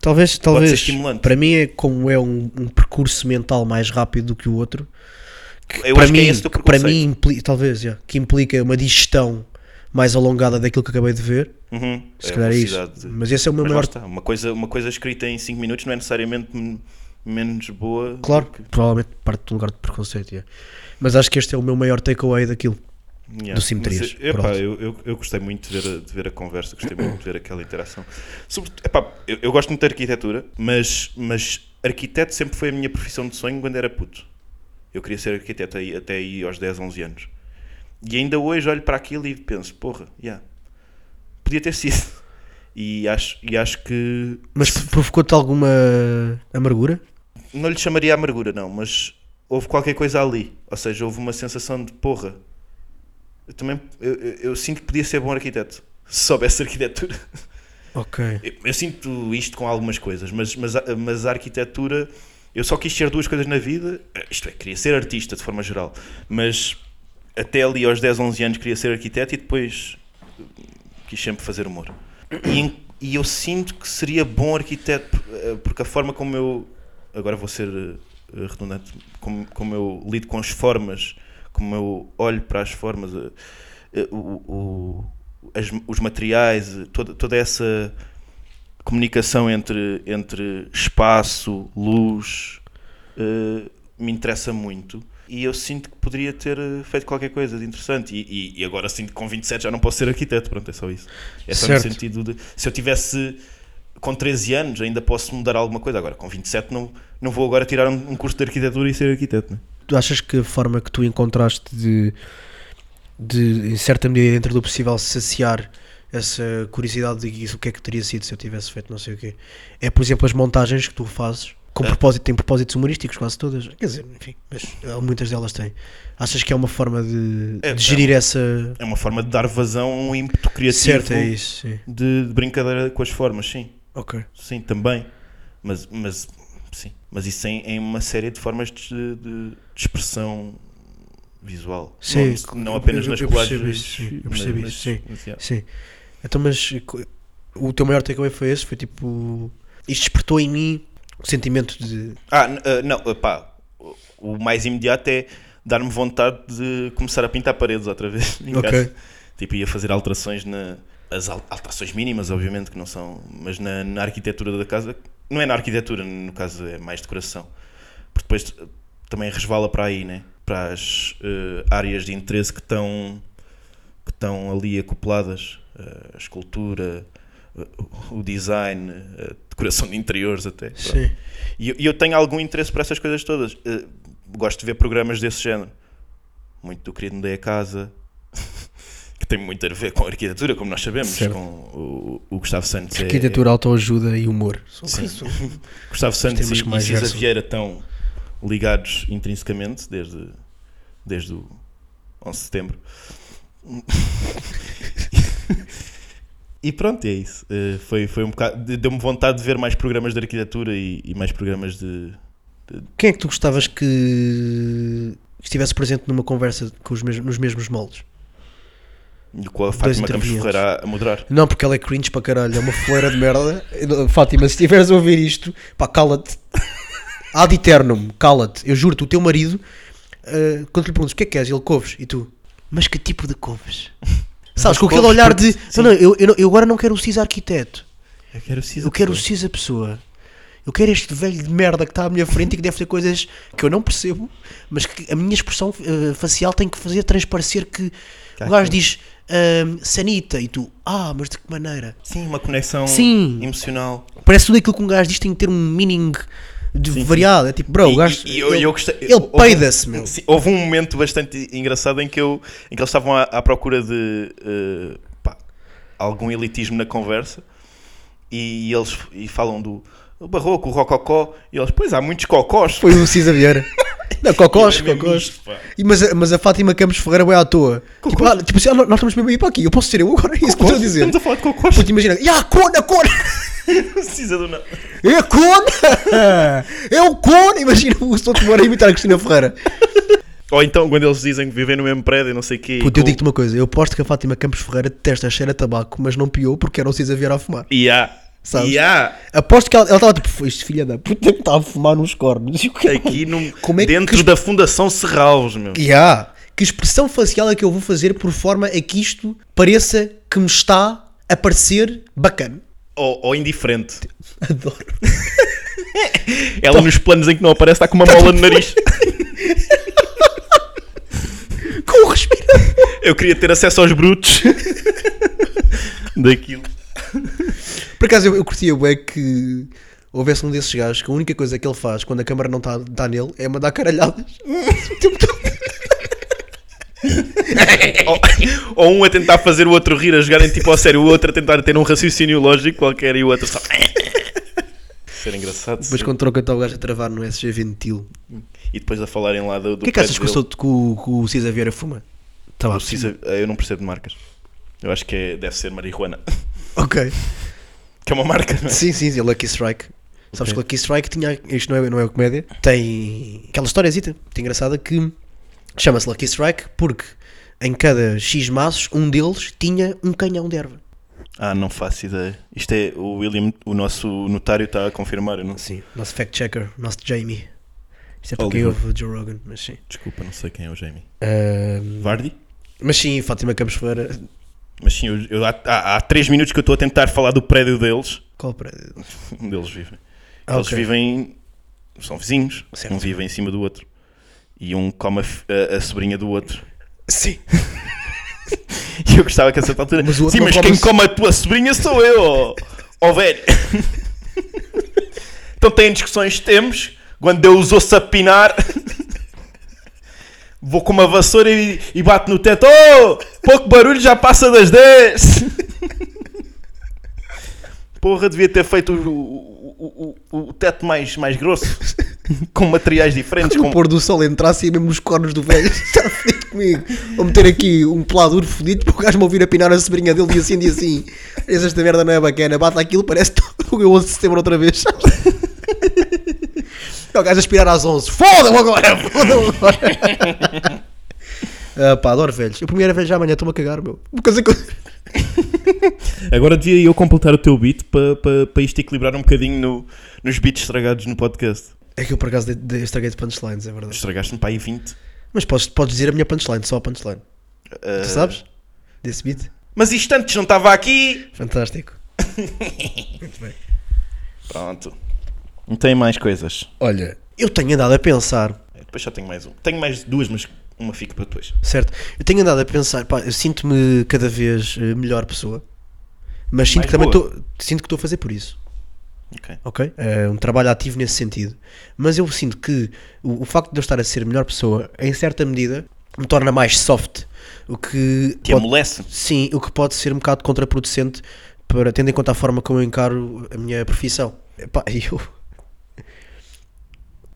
Speaker 4: Talvez,
Speaker 3: ser
Speaker 4: talvez
Speaker 3: estimulante.
Speaker 4: para mim é como é um, um percurso mental mais rápido do que o outro. Que
Speaker 3: Eu
Speaker 4: para
Speaker 3: acho que
Speaker 4: mim,
Speaker 3: é esse o teu
Speaker 4: que para
Speaker 3: preconceito.
Speaker 4: mim impli- talvez, yeah, que implica uma digestão mais alongada daquilo que acabei de ver.
Speaker 3: Uhum.
Speaker 4: Se
Speaker 3: É
Speaker 4: calhar é isso.
Speaker 3: velocidade.
Speaker 4: Mas esse é o meu
Speaker 3: Mas lá
Speaker 4: maior.
Speaker 3: está, uma coisa, uma coisa escrita em 5 minutos não é necessariamente men- menos boa. do
Speaker 4: Claro,
Speaker 3: que-
Speaker 4: provavelmente parte de um lugar de preconceito. yeah. Mas acho que este é o meu maior takeaway daquilo.
Speaker 3: Yeah.
Speaker 4: do Sim
Speaker 3: Mas,
Speaker 4: três.
Speaker 3: epá,
Speaker 4: Pronto.
Speaker 3: eu, eu, eu gostei muito de ver, a, de ver a conversa, gostei muito de ver aquela interação. Sobretudo, epá, eu, eu gosto muito da arquitetura, mas, mas arquiteto sempre foi a minha profissão de sonho quando era puto. Eu queria ser arquiteto aí- até aí aos 10, 11 anos. E ainda hoje olho para aquilo e penso, porra, yeah, podia ter sido. E acho, e acho que
Speaker 4: Mas provocou-te alguma amargura?
Speaker 3: não lhe chamaria amargura, não, mas houve qualquer coisa ali. Ou seja, houve uma sensação de porra. Eu também eu, eu- eu sinto que podia ser bom arquiteto se soubesse arquitetura.
Speaker 4: Ok.
Speaker 3: Eu, eu sinto isto com algumas coisas, mas, mas, a- mas a arquitetura. Eu só quis ser duas coisas na vida, isto é, queria ser artista de forma geral, mas até ali aos 10, 11 anos queria ser arquiteto e depois hum, quis sempre fazer humor. E, em- e eu sinto que seria bom arquiteto, eh, porque a forma como eu. Agora vou ser eh, redundante, como, como eu lido com as formas, como eu olho para as formas, eh, eh, o- o- as- os materiais, eh, toda, toda essa comunicação entre, entre espaço, luz, eh, me interessa muito. E eu sinto que poderia ter eh, feito qualquer coisa de interessante. E, e- e agora sinto que com 27 já não posso ser arquiteto. Pronto, é só isso. É só
Speaker 4: Certo.
Speaker 3: no sentido de. Se eu tivesse com 13 anos ainda posso mudar alguma coisa. Agora, com 27 não, não vou agora tirar um, um curso de arquitetura e ser arquiteto. Né?
Speaker 4: Tu achas que a forma que tu encontraste de, de em certa medida, dentro do possível, saciar essa curiosidade de isso, o que é que teria sido se eu tivesse feito não sei o quê, é, por exemplo, as montagens que tu fazes,
Speaker 3: É.
Speaker 4: com propósito, têm propósitos humorísticos quase todas, quer dizer, enfim, mas eh, muitas delas têm. Achas que é uma forma de,
Speaker 3: É,
Speaker 4: de gerir essa...
Speaker 3: É uma forma de dar vazão a um ímpeto criativo
Speaker 4: Certo, é isso, sim.
Speaker 3: De, de brincadeira com as formas, sim.
Speaker 4: Ok.
Speaker 3: Sim, também. Mas, mas, sim. mas isso em, em uma série de formas de, de- de expressão visual.
Speaker 4: Sim,
Speaker 3: não, é não
Speaker 4: eu-
Speaker 3: apenas
Speaker 4: eu-
Speaker 3: nas
Speaker 4: eu
Speaker 3: colagens.
Speaker 4: percebo isso, sim, eu percebo isso, sim.
Speaker 3: mas, yeah.
Speaker 4: Sim. Então, mas co- o teu maior takeaway foi esse? Foi tipo. Isto despertou em mim o sentimento de.
Speaker 3: Ah, n- ah, não, pá, o- o mais imediato é dar-me vontade de começar a pintar paredes outra vez em
Speaker 4: Ok.
Speaker 3: casa. Tipo, ia fazer alterações na. As al- alterações mínimas, obviamente, que não são, mas na, na arquitetura da casa. Não é na arquitetura, no caso é mais decoração. Porque depois eh, também resvala para aí, né? Para as eh, áreas de interesse que estão que estão ali acopladas, eh, a escultura, eh, o o design, eh, a decoração de interiores até. pronto.
Speaker 4: Sim.
Speaker 3: E eu- e eu tenho algum interesse por essas coisas todas. Eh, gosto de ver programas desse género. Muito do Querido Mudei a Casa, que tem muito a ver com a arquitetura, como nós sabemos,
Speaker 4: Certo.
Speaker 3: com o, o Gustavo Santos. é-
Speaker 4: Arquitetura, autoajuda e humor. São
Speaker 3: Sim.
Speaker 4: coisas-
Speaker 3: Gustavo Santos
Speaker 4: temas
Speaker 3: e,
Speaker 4: que
Speaker 3: e
Speaker 4: mais
Speaker 3: Cisa
Speaker 4: versam.
Speaker 3: Vieira estão ligados intrinsecamente desde, desde o 11 de setembro. e pronto, é isso. Eh, foi, foi um bocado. de- Deu-me vontade de ver mais programas de arquitetura e, e mais programas de.
Speaker 4: Quem é que tu gostavas que estivesse presente numa conversa com os mes- nos mesmos moldes?
Speaker 3: e Com a Fátima Campos
Speaker 4: intervenientes.
Speaker 3: Ferreira a, a moderar.
Speaker 4: Não, porque ela é cringe para caralho, é uma foleira de merda. Fátima, se estiveres a ouvir isto, pá, cala-te. Ad eternum, cala-te. Eu juro-te, o teu marido, ah, quando lhe perguntas o que é que és, ele couves. E tu, mas que tipo de couves? Sabes, com aquele
Speaker 3: couves
Speaker 4: olhar
Speaker 3: porque-
Speaker 4: de. Não, não, eu, eu, não- eu agora não quero o CIS arquiteto.
Speaker 3: Eu quero Cisa
Speaker 4: Eu quero o CIS a pessoa. Eu quero este velho de merda que está à minha frente e que deve ter coisas que eu não percebo, mas que a minha expressão ah, facial tem que fazer transparecer que
Speaker 3: Tá
Speaker 4: o gajo diz ah, sanita e tu, ah, mas de que maneira?
Speaker 3: Sim, uma conexão
Speaker 4: Sim.
Speaker 3: emocional.
Speaker 4: Parece tudo aquilo que um gajo diz tem que ter um meaning de variado. É tipo, bro, o
Speaker 3: E-
Speaker 4: gajo.
Speaker 3: e- e eu-
Speaker 4: ele-
Speaker 3: eu gostei-
Speaker 4: ele
Speaker 3: houve um-
Speaker 4: peida-se, meu.
Speaker 3: Sim, houve um momento bastante engraçado em que, eu, em que eles estavam à, à procura de eh, pá, algum elitismo na conversa e, eles e falam do barroco, o rococó, e eles, pois há muitos cocós.
Speaker 4: Foi o Cisa Vieira. Não, cocós,
Speaker 3: É mesmo
Speaker 4: cocós.
Speaker 3: isto, pá.
Speaker 4: E mas, a- mas a Fátima Campos Ferreira é à toa. Tipo, ah, tipo assim, ah, nós nós estamos mesmo a ir para aqui. Eu posso ser eu agora? É isso que eu estou a dizer.
Speaker 3: Estamos a falar de cocós.
Speaker 4: Puto, imagina, e a cona, cona!
Speaker 3: Precisa do nada.
Speaker 4: É a cona! É o cona! Imagina o Souto Moura a imitar a Cristina Ferreira.
Speaker 3: Ou então quando eles dizem que vivem no mesmo prédio e não sei o quê. e
Speaker 4: Puto, eu
Speaker 3: com-
Speaker 4: digo-te uma coisa. Eu aposto que a Fátima Campos Ferreira detesta a cheira a tabaco, mas não piou porque era o Cisa Vieira a fumar.
Speaker 3: E há.
Speaker 4: Sabes?
Speaker 3: E há.
Speaker 4: Aposto que ela ela estava tipo, "Foi este filha da puta tá que está a fumar nos cornos. E o que
Speaker 3: Aqui num,
Speaker 4: Como é que-
Speaker 3: dentro da Fundação Serralves, meu.
Speaker 4: Ya, que expressão facial é que eu vou fazer por forma a que isto pareça que me está a parecer bacana.
Speaker 3: Ou, ou indiferente.
Speaker 4: Adoro.
Speaker 3: Ela
Speaker 4: Então-
Speaker 3: nos planos em que não aparece está com uma mola no nariz.
Speaker 4: Com o respirar.
Speaker 3: Eu queria ter acesso aos brutos daquilo.
Speaker 4: Por acaso eu, eu curtia bué que houvesse um desses gajos que a única coisa que ele faz quando a câmara não está tá nele é mandar caralhadas. O tempo todo.
Speaker 3: Ou, ou um a tentar fazer o outro rir, a jogarem tipo ao sério, o outro a tentar ter um raciocínio lógico qualquer e o outro só. Ser engraçado.
Speaker 4: Depois
Speaker 3: sim.
Speaker 4: quando troca está o gajo a travar no SG Ventil.
Speaker 3: E depois a falarem lá do. do
Speaker 4: O que é que achas que,
Speaker 3: prédio
Speaker 4: eu sou, que, o, que o Cisa Vieira fuma? Tá lá,
Speaker 3: dele. Precisa- eh, Eu não percebo de marcas. Eu acho que é- deve ser marihuana.
Speaker 4: Ok.
Speaker 3: Que é uma marca, não é?
Speaker 4: Sim, sim, sim, Lucky Strike. Sabes que Lucky Strike tinha. Isto não é, não é comédia. Tem aquela historiazita muito engraçada que chama-se Lucky Strike porque em cada X maços um deles tinha um canhão de erva.
Speaker 3: Ah, não faço ideia. Isto é o William, o nosso notário está a confirmar, eu não sei.
Speaker 4: Nosso fact-checker, nosso Jamie. Isto é para quem
Speaker 3: Oliver.
Speaker 4: ouve o Joe Rogan, mas sim.
Speaker 3: Desculpa, não sei quem é o Jamie.
Speaker 4: Ahm,
Speaker 3: Vardy?
Speaker 4: mas sim, Fátima Campos Ferreira.
Speaker 3: Mas sim, eu, eu- há, há, há três minutos que eu estou a tentar falar do prédio deles.
Speaker 4: Qual o prédio?
Speaker 3: Onde eles vivem.
Speaker 4: Ah,
Speaker 3: eles
Speaker 4: ok.
Speaker 3: vivem. São vizinhos.
Speaker 4: Certo.
Speaker 3: Um vive em cima do outro. E um come a, f- a- a sobrinha do outro.
Speaker 4: Sim.
Speaker 3: E eu gostava que a certa altura.
Speaker 4: Mas o outro
Speaker 3: Sim,
Speaker 4: não
Speaker 3: mas
Speaker 4: come
Speaker 3: quem
Speaker 4: a so-
Speaker 3: come a tua sobrinha sou eu, ó ó velho. então tem discussões que temos. Quando eu os ouço a pinar, vou com uma vassoura e, e bato no teto. Oh, pouco barulho já passa das 10. Porra, devia ter feito o, o- o- o- o teto mais, mais grosso. com materiais diferentes.
Speaker 4: Quando o
Speaker 3: Com...
Speaker 4: pôr do sol entrasse e mesmo os cornos do velho estar fodido comigo. Vou meter aqui um peladuro fodido para o gajo me ouvir apinar a sobrinha dele dia assim, dia assim. Essa esta merda não é bacana, bate aquilo, parece que eu 11 de setembro outra vez. sabes? É o gajo a aspirar às 11. Foda-me agora, foda-me agora. Ah pá, adoro velhos. Eu primeiro velho já amanhã estou-me a cagar, meu. Uma coisa que eu...
Speaker 3: Agora devia eu completar o teu beat para pa, pa isto equilibrar um bocadinho no- nos beats estragados no podcast.
Speaker 4: É que eu por acaso de- de- estraguei de punchlines, é verdade.
Speaker 3: Estragaste-me para aí 20.
Speaker 4: Mas podes, podes dizer a minha punchline, só a punchline. Tu sabes? Desse beat?
Speaker 3: Mas isto antes não estava aqui.
Speaker 4: Fantástico. Muito bem.
Speaker 3: Pronto. Não tem mais coisas.
Speaker 4: Olha, eu tenho andado a pensar,
Speaker 3: Depois só tenho mais um. Tenho mais duas, mas uma fica para depois.
Speaker 4: certo? Eu tenho andado a pensar, pá, eu sinto-me cada vez eh, melhor pessoa, mas sinto
Speaker 3: Mais
Speaker 4: que também
Speaker 3: boa.
Speaker 4: tô- sinto que estou a fazer por isso,
Speaker 3: Ok.
Speaker 4: ok? É um trabalho ativo nesse sentido. Mas eu sinto que o, o facto de eu estar a ser melhor pessoa, em certa medida, me torna mais soft, o que,
Speaker 3: Que
Speaker 4: pode,
Speaker 3: amolece.
Speaker 4: sim, o que pode ser um bocado contraproducente para tendo em conta a forma como eu encaro a minha profissão. Epá, eu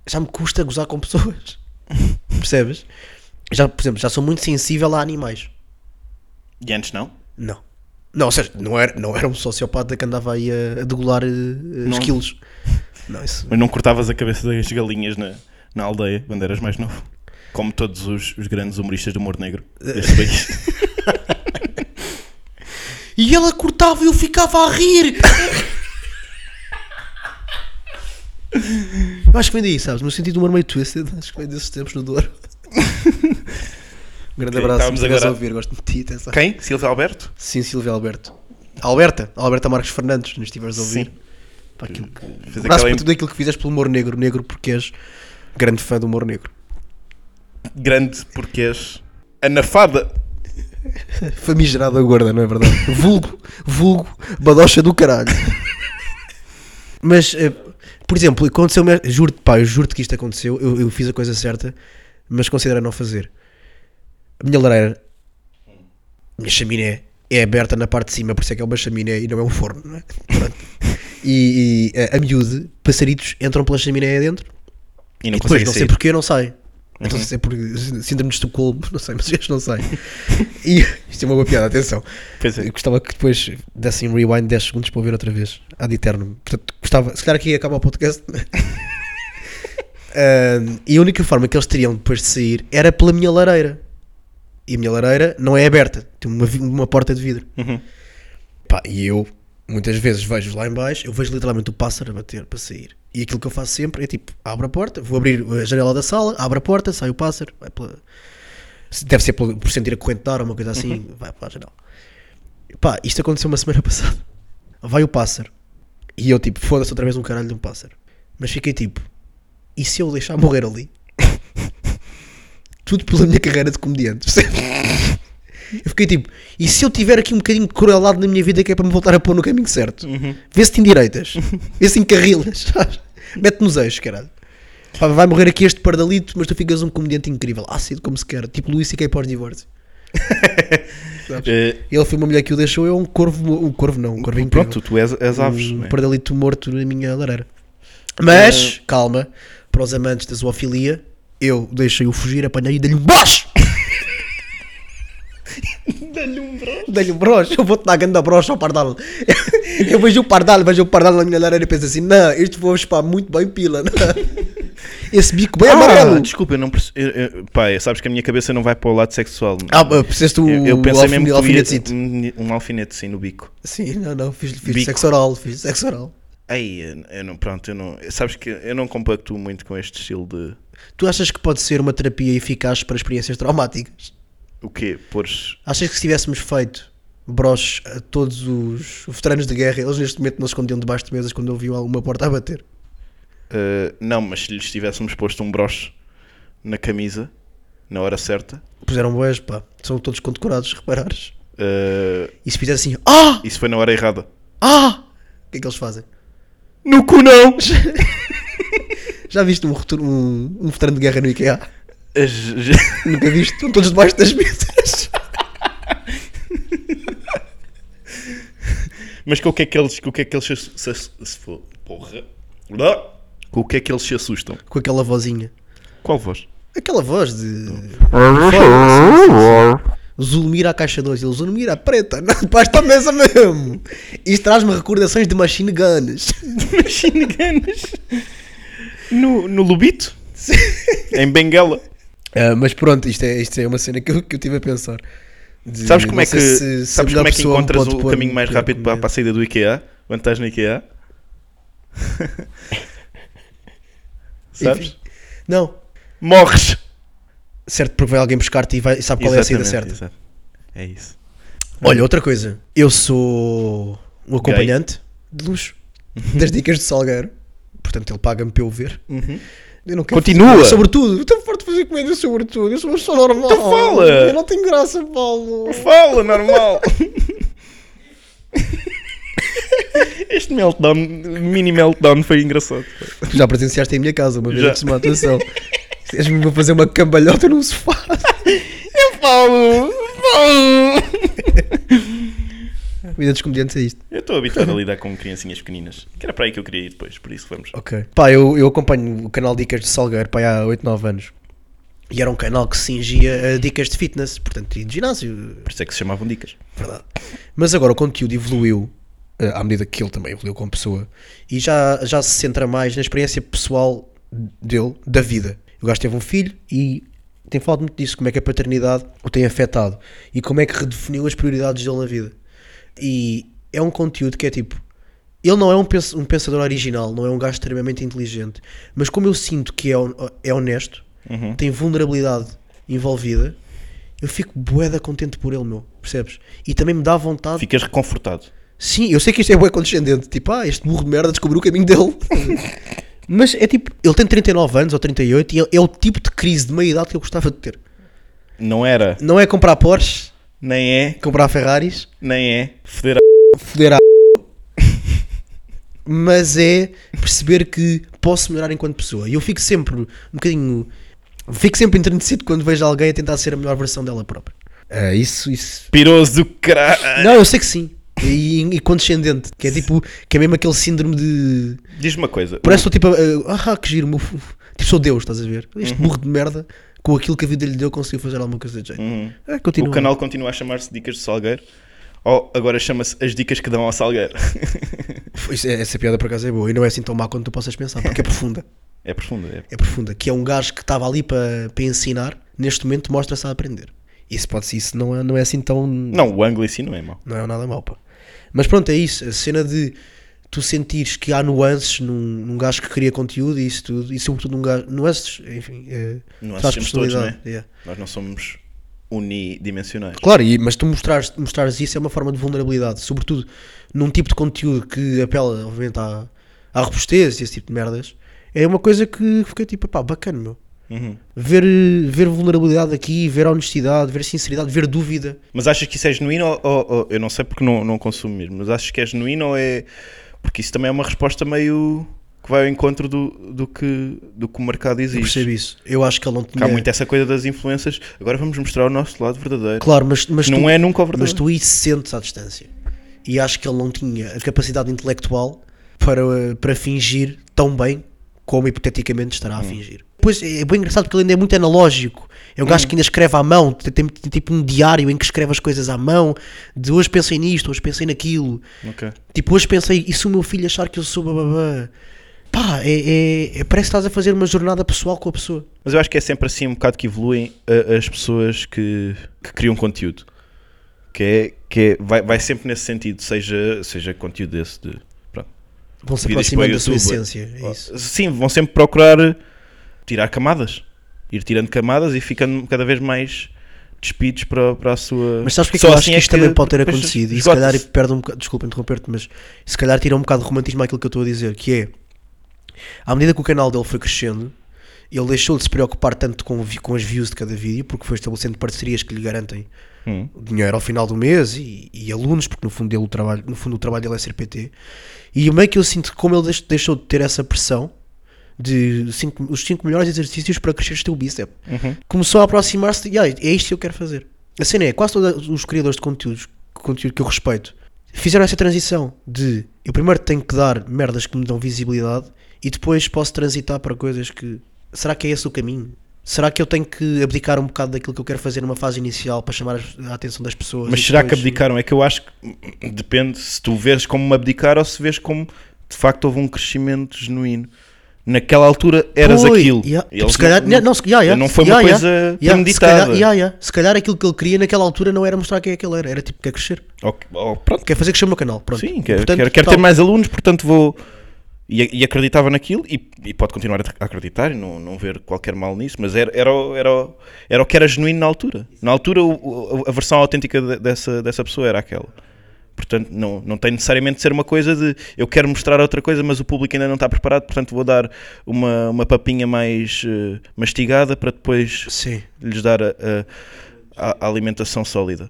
Speaker 4: já me custa gozar com pessoas. Percebes? Já, por exemplo, já sou muito sensível a animais.
Speaker 3: E antes não?
Speaker 4: Não. Não, ou seja, não era, não era um sociopata que andava aí a, a degolar eh, eh,
Speaker 3: Não.
Speaker 4: esquilos. Não, isso.
Speaker 3: Mas não cortavas a cabeça das galinhas na, na aldeia quando eras mais novo. Como todos os, os grandes humoristas do humor negro deste país.
Speaker 4: E ela cortava e eu ficava a rir. eu acho que vem daí, sabes? No sentido do humor meio twisted, acho que vem desses tempos no Douro. Um grande
Speaker 3: Ok,
Speaker 4: abraço,
Speaker 3: estávamos
Speaker 4: se me agora... a
Speaker 3: agora-
Speaker 4: ouvir, gosto de ti, atenção.
Speaker 3: Quem? Silvio Alberto?
Speaker 4: Sim, Silvia Alberto. Alberta, Alberta Marques Fernandes, nos estiveres a ouvir.
Speaker 3: Sim.
Speaker 4: Pá, aquilo que- um
Speaker 3: Fez
Speaker 4: abraço
Speaker 3: aquela
Speaker 4: para tudo aquilo que fizeste pelo humor negro, negro porque és grande fã do humor negro.
Speaker 3: grande porque és anafada.
Speaker 4: Famigerada gorda, não é verdade? vulgo, vulgo, badocha do caralho. Mas, eh, por exemplo, aconteceu-me, juro-te, pá, eu juro-te que isto aconteceu, eu, eu fiz a coisa certa, mas considero não fazer. A minha lareira, a minha chaminé, é aberta na parte de cima, por isso é que é uma chaminé e não é um forno, não é? Pronto. E, e, eh, a miúde, passaritos entram pela chaminé adentro
Speaker 3: E não
Speaker 4: e depois,
Speaker 3: consegues
Speaker 4: não sei
Speaker 3: sair. Uhum.
Speaker 4: porquê, não sai. Então, não sei porque síndrome de Estocolmo, não sei, mas o gajo não sai. E isto é uma boa piada, atenção.
Speaker 3: Pois é.
Speaker 4: Eu gostava que depois dessem um rewind 10 segundos para ouvir outra vez, ad eterno. Portanto, gostava, se calhar aqui acaba o podcast. Ahm, e a única forma que eles teriam depois de sair era pela minha lareira. E a minha lareira não é aberta, tem uma, vi- uma porta de vidro.
Speaker 3: Uhum.
Speaker 4: Pá, e eu muitas vezes vejo lá em baixo, eu vejo literalmente o pássaro a bater para sair. E aquilo que eu faço sempre é tipo, abro a porta, vou abrir a janela da sala, abro a porta, sai o pássaro, vai pela... Se- Deve ser pelo- por sentir a corrente de ar ou uma coisa assim.
Speaker 3: Uhum.
Speaker 4: Vai para a janela. Pá, isto aconteceu uma semana passada. Vai o pássaro. E eu tipo, foda-se outra vez um caralho de um pássaro. Mas fiquei tipo, e se eu o deixar morrer ali? Tudo pela minha carreira de comediante, percebes? Eu fiquei tipo, e se eu tiver aqui um bocadinho de crueldade na minha vida que é para me voltar a pôr no caminho certo? Vê se te endireitas, vê se encarrilas, sabes? Mete nos eixos, caralho. Pá, vai morrer aqui este pardalito, mas tu ficas um comediante incrível, ácido como se quer, tipo Luís e Kay pós-divórcio.
Speaker 3: Eh,
Speaker 4: Ele foi uma mulher que o deixou, eu um corvo, um corvo não, um corvo incrível.
Speaker 3: pronto, tu és as aves.
Speaker 4: um
Speaker 3: não é?
Speaker 4: pardalito morto na minha lareira. Mas, calma, para os amantes da zoofilia, eu deixei-o fugir, apanhei e dei-lhe um broche! dei-lhe um broche? Dei-lhe um broche, eu vou-te dar grande broche ao pardal. Eu vejo o pardal, vejo o pardal na minha lareira e penso assim, não, este vou chupar muito bem pila. não." Esse bico bem
Speaker 3: Ah,
Speaker 4: amarelo.
Speaker 3: desculpa, eu não perce- eu- eu- Pá, sabes que a minha cabeça não vai para o lado sexual.
Speaker 4: Ah, precisaste o
Speaker 3: eu, eu pensei mesmo que tu ia-
Speaker 4: alfinetecito.
Speaker 3: um, um alfinete sim no bico.
Speaker 4: Sim, não, não, fiz, fiz
Speaker 3: Bico.
Speaker 4: sexo oral, fiz sexo oral.
Speaker 3: Aí, eu, eu não, pronto, eu não. Sabes que eu não compactuo muito com este estilo de.
Speaker 4: Tu achas que pode ser uma terapia eficaz para experiências traumáticas?
Speaker 3: O quê? Pôres.
Speaker 4: Achas que se tivéssemos feito broches a todos os veteranos de guerra, eles neste momento não se escondiam debaixo de mesas quando ouviam alguma porta a bater?
Speaker 3: Uh, não, mas se lhes tivéssemos posto um broche na camisa, na hora certa,
Speaker 4: Puseram boés, pá. São todos condecorados, se reparares.
Speaker 3: uh,
Speaker 4: E se fizessem assim, ah,
Speaker 3: isso foi na hora errada.
Speaker 4: ah, o que é que eles fazem?
Speaker 3: No cu não!
Speaker 4: Já viste um, retor- um- um veterano de guerra no IKEA?
Speaker 3: As-
Speaker 4: Nunca viste? Estão todos debaixo das mesas.
Speaker 3: mas com o que é que eles, com o que é que eles se, assu- se, assu- se for- porra. Lá. Com o que é que eles se assustam?
Speaker 4: Com aquela vozinha.
Speaker 3: Qual voz?
Speaker 4: Aquela voz de. Zulmir à caixa 2, ele Zulmir à preta, não, debaixo da mesa mesmo. Isto traz-me recordações de Machine Guns.
Speaker 3: Machine Guns. No, no Lubito? em Benguela.
Speaker 4: Ah, mas pronto, isto é, isto é uma cena que eu, que eu tive a pensar. De-
Speaker 3: Sabes como
Speaker 4: não
Speaker 3: é
Speaker 4: sei
Speaker 3: que,
Speaker 4: se- se
Speaker 3: sabes
Speaker 4: a
Speaker 3: como
Speaker 4: melhor
Speaker 3: é que
Speaker 4: pessoa me
Speaker 3: encontras
Speaker 4: pode
Speaker 3: o
Speaker 4: pôr
Speaker 3: caminho mais
Speaker 4: no pior
Speaker 3: rápido para, para a
Speaker 4: comediante.
Speaker 3: saída do IKEA? Quando estás no IKEA? Sabes?
Speaker 4: Enfim. Não,
Speaker 3: Morres!
Speaker 4: certo, porque vai alguém buscar-te e vai- sabe qual é a saída
Speaker 3: Exatamente,
Speaker 4: certa.
Speaker 3: exato. É isso.
Speaker 4: Olha, outra coisa, eu sou um acompanhante de luxo das dicas de Salgueiro, portanto ele paga-me para eu ver.
Speaker 3: Uhum.
Speaker 4: Eu não quero
Speaker 3: Continua.
Speaker 4: fazer- sobretudo, eu estou farto de fazer comédia sobretudo, eu sou uma pessoa normal.
Speaker 3: Então fala. Então
Speaker 4: Eu não tenho graça, Paulo.
Speaker 3: Fala, normal! este meltdown, mini meltdown, foi engraçado.
Speaker 4: Tu já presenciaste em minha casa uma vez
Speaker 3: Já.
Speaker 4: antes de uma atuação. És-me a fazer uma cambalhota num sofá.
Speaker 3: Eu falo! Falo!
Speaker 4: A vida dos comediantes é isto.
Speaker 3: Eu estou habituado a lidar com criancinhas pequeninas. Que era para aí que eu queria ir depois, por isso vamos.
Speaker 4: Ok. Pá, eu, eu acompanho o canal Dicas de Salgueiro pá, há 8, 9 anos. E era um canal que se cingia a dicas de fitness, portanto, e de ginásio,
Speaker 3: Por isso é que se chamavam dicas.
Speaker 4: verdade. Mas agora o conteúdo evoluiu eh, à medida que ele também evoluiu como pessoa e já, já se centra mais na experiência pessoal dele, da vida. O gajo teve um filho e tem falado muito disso, como é que a paternidade o tem afetado e como é que redefiniu as prioridades dele na vida. E é um conteúdo que é tipo. Ele não é um pens- um pensador original, não é um gajo extremamente inteligente, mas como eu sinto que é, hon- é honesto,
Speaker 3: Uhum.
Speaker 4: tem vulnerabilidade envolvida, eu fico boeda contente por ele, meu, percebes? E também me dá vontade.
Speaker 3: Ficas reconfortado.
Speaker 4: Sim, eu sei que isto é bué condescendente, tipo, ah, este burro de merda descobriu o caminho dele. Mas é tipo, ele tem 39 anos ou 38 e é, é o tipo de crise de meia-idade que eu gostava de ter.
Speaker 3: Não era,
Speaker 4: Não é comprar Porsche,
Speaker 3: nem é,
Speaker 4: comprar Ferraris,
Speaker 3: nem é. Foder a.
Speaker 4: foder a mas é perceber que posso melhorar enquanto pessoa. E eu fico sempre um bocadinho. Fico sempre enternecido quando vejo alguém a tentar ser a melhor versão dela própria. É, isso, isso.
Speaker 3: Piroso do caralho!
Speaker 4: Não, eu sei que sim. E, e condescendente, que é tipo, que é mesmo aquele síndrome de.
Speaker 3: Diz-me uma coisa.
Speaker 4: Parece que estou tipo, ah, ah, que giro, meu. fofo." Tipo, sou Deus, estás a ver? Este
Speaker 3: Uhum.
Speaker 4: burro de merda, com aquilo que a vida lhe deu, conseguiu fazer alguma coisa de jeito.
Speaker 3: Uhum.
Speaker 4: Ah, continua.
Speaker 3: O canal continua a chamar-se Dicas de Salgueiro. Ou agora chama-se As Dicas que Dão ao Salgueiro.
Speaker 4: Isso é- Essa piada por acaso é boa e não é assim tão má quanto tu possas pensar, porque é profunda.
Speaker 3: é profundo, é.
Speaker 4: é profunda, que é um gajo que estava ali para para ensinar, neste momento mostra-se a aprender. Isso pode ser, isso não é, não é assim tão. Não.
Speaker 3: Não, o ângulo em si não é mau.
Speaker 4: é nada mau, pá. Mas pronto, é isso. A cena de tu sentires que há nuances num, num gajo que cria conteúdo e isso tudo, e sobretudo num gajo. Nuances, enfim. É,
Speaker 3: Nuances
Speaker 4: traz
Speaker 3: temos todos, é?
Speaker 4: personalidade, yeah.
Speaker 3: Nós não somos unidimensionais.
Speaker 4: Claro, e- mas tu mostrares, mostrares isso é uma forma de vulnerabilidade, sobretudo num tipo de conteúdo que apela, obviamente, à, à robustez e esse tipo de merdas. É uma coisa que fiquei tipo, pá, bacana, meu.
Speaker 3: Uhum.
Speaker 4: Ver, ver vulnerabilidade aqui, ver honestidade, ver sinceridade, ver dúvida.
Speaker 3: Mas achas que isso é genuíno ou, ou- ou- eu não sei porque não, não consumo mesmo, mas achas que é genuíno ou é porque isso também é uma resposta meio que vai ao encontro do, do, que, do que o mercado
Speaker 4: Eu É.
Speaker 3: exige.
Speaker 4: percebo isso. Eu acho que ele não
Speaker 3: Porque
Speaker 4: tinha.
Speaker 3: há muito essa coisa das influências. Agora vamos mostrar o nosso lado verdadeiro.
Speaker 4: Claro, mas, mas
Speaker 3: não
Speaker 4: tu,
Speaker 3: é nunca o verdadeiro.
Speaker 4: Mas tu aí sentes à distância. E acho que ele não tinha a capacidade intelectual para, para fingir tão bem como hipoteticamente
Speaker 3: Hum.
Speaker 4: estará a fingir. Pois é bem engraçado porque ele ainda é muito analógico. É um gajo
Speaker 3: Hum.
Speaker 4: que ainda escreve à mão, tem, tem- tem tipo um diário em que escreve as coisas à mão, de hoje pensei nisto, hoje pensei naquilo.
Speaker 3: Ok.
Speaker 4: Tipo, hoje pensei, e se o meu filho achar que eu sou bababá? Pá, é, é- é- parece que estás a fazer uma jornada pessoal com a pessoa.
Speaker 3: Mas eu acho que é sempre assim um bocado que evoluem a- as pessoas que, que criam conteúdo. Que é, que é- vai, vai sempre nesse sentido, seja, seja conteúdo desse de. Pronto.
Speaker 4: Vão se
Speaker 3: Vídeos para
Speaker 4: aproximando da sua
Speaker 3: YouTube.
Speaker 4: essência. É isso.
Speaker 3: Sim, vão sempre procurar tirar camadas. Ir tirando camadas e ficando cada vez mais despidos para, para a sua.
Speaker 4: Mas sabes porque
Speaker 3: Só
Speaker 4: é que eu acho
Speaker 3: assim
Speaker 4: que
Speaker 3: é
Speaker 4: isto também pode ter
Speaker 3: depois
Speaker 4: acontecido? E se
Speaker 3: esgota-se.
Speaker 4: calhar perde um bocado, desculpa interromper-te, mas se calhar tira um bocado de romantismo àquilo que eu estou a dizer, que é à medida que o canal dele foi crescendo, ele deixou de se preocupar tanto com, o vi- com as views de cada vídeo, porque foi estabelecendo parcerias que lhe garantem
Speaker 3: Hum.
Speaker 4: o dinheiro ao final do mês e, e alunos, porque no fundo, dele, o trabalho, no fundo o trabalho dele é ser PT. E meio que eu sinto que como ele deix- deixou de ter essa pressão de cinco- os 5 melhores exercícios para crescer o teu bíceps,
Speaker 3: uhum.
Speaker 4: começou a aproximar-se de, "Ah, é isto que eu quero fazer. A cena é, quase todos os criadores de conteúdos, conteúdo que eu respeito, fizeram essa transição de, eu primeiro tenho que dar merdas que me dão visibilidade e depois posso transitar para coisas que, será que é esse o caminho? Será que eu tenho que abdicar um bocado daquilo que eu quero fazer numa fase inicial para chamar as- a atenção das pessoas?
Speaker 3: Mas
Speaker 4: e
Speaker 3: será que
Speaker 4: depois-
Speaker 3: abdicaram? É que eu acho que depende se tu vês como abdicar ou se vês como de facto houve um crescimento genuíno. Naquela altura eras
Speaker 4: Pois,
Speaker 3: aquilo.
Speaker 4: yeah. Tipo,
Speaker 3: Eles
Speaker 4: se calhar,
Speaker 3: não,
Speaker 4: não, não, se- yeah, yeah,
Speaker 3: não foi uma
Speaker 4: yeah,
Speaker 3: coisa
Speaker 4: yeah, yeah,
Speaker 3: premeditada.
Speaker 4: Se calhar, yeah, yeah. se calhar aquilo que ele queria naquela altura não era mostrar quem é que ele era, era tipo, quer crescer,
Speaker 3: Ou- ou oh, pronto,
Speaker 4: quer fazer crescer o meu canal. Pronto.
Speaker 3: sim, quero,
Speaker 4: Portanto,
Speaker 3: quero, quero
Speaker 4: tal.
Speaker 3: ter mais alunos, portanto vou. E, e acreditava naquilo e, e pode continuar a acreditar e não, não ver qualquer mal nisso, mas era, era, o- era, o- era o que era genuíno na altura. Na altura, o- o- a versão autêntica de- dessa, dessa pessoa era aquela. Portanto, não, não tem necessariamente de ser uma coisa de eu quero mostrar outra coisa, mas o público ainda não está preparado, portanto vou dar uma, uma papinha mais eh, mastigada para depois
Speaker 4: Sim.
Speaker 3: lhes dar a, a- a alimentação sólida.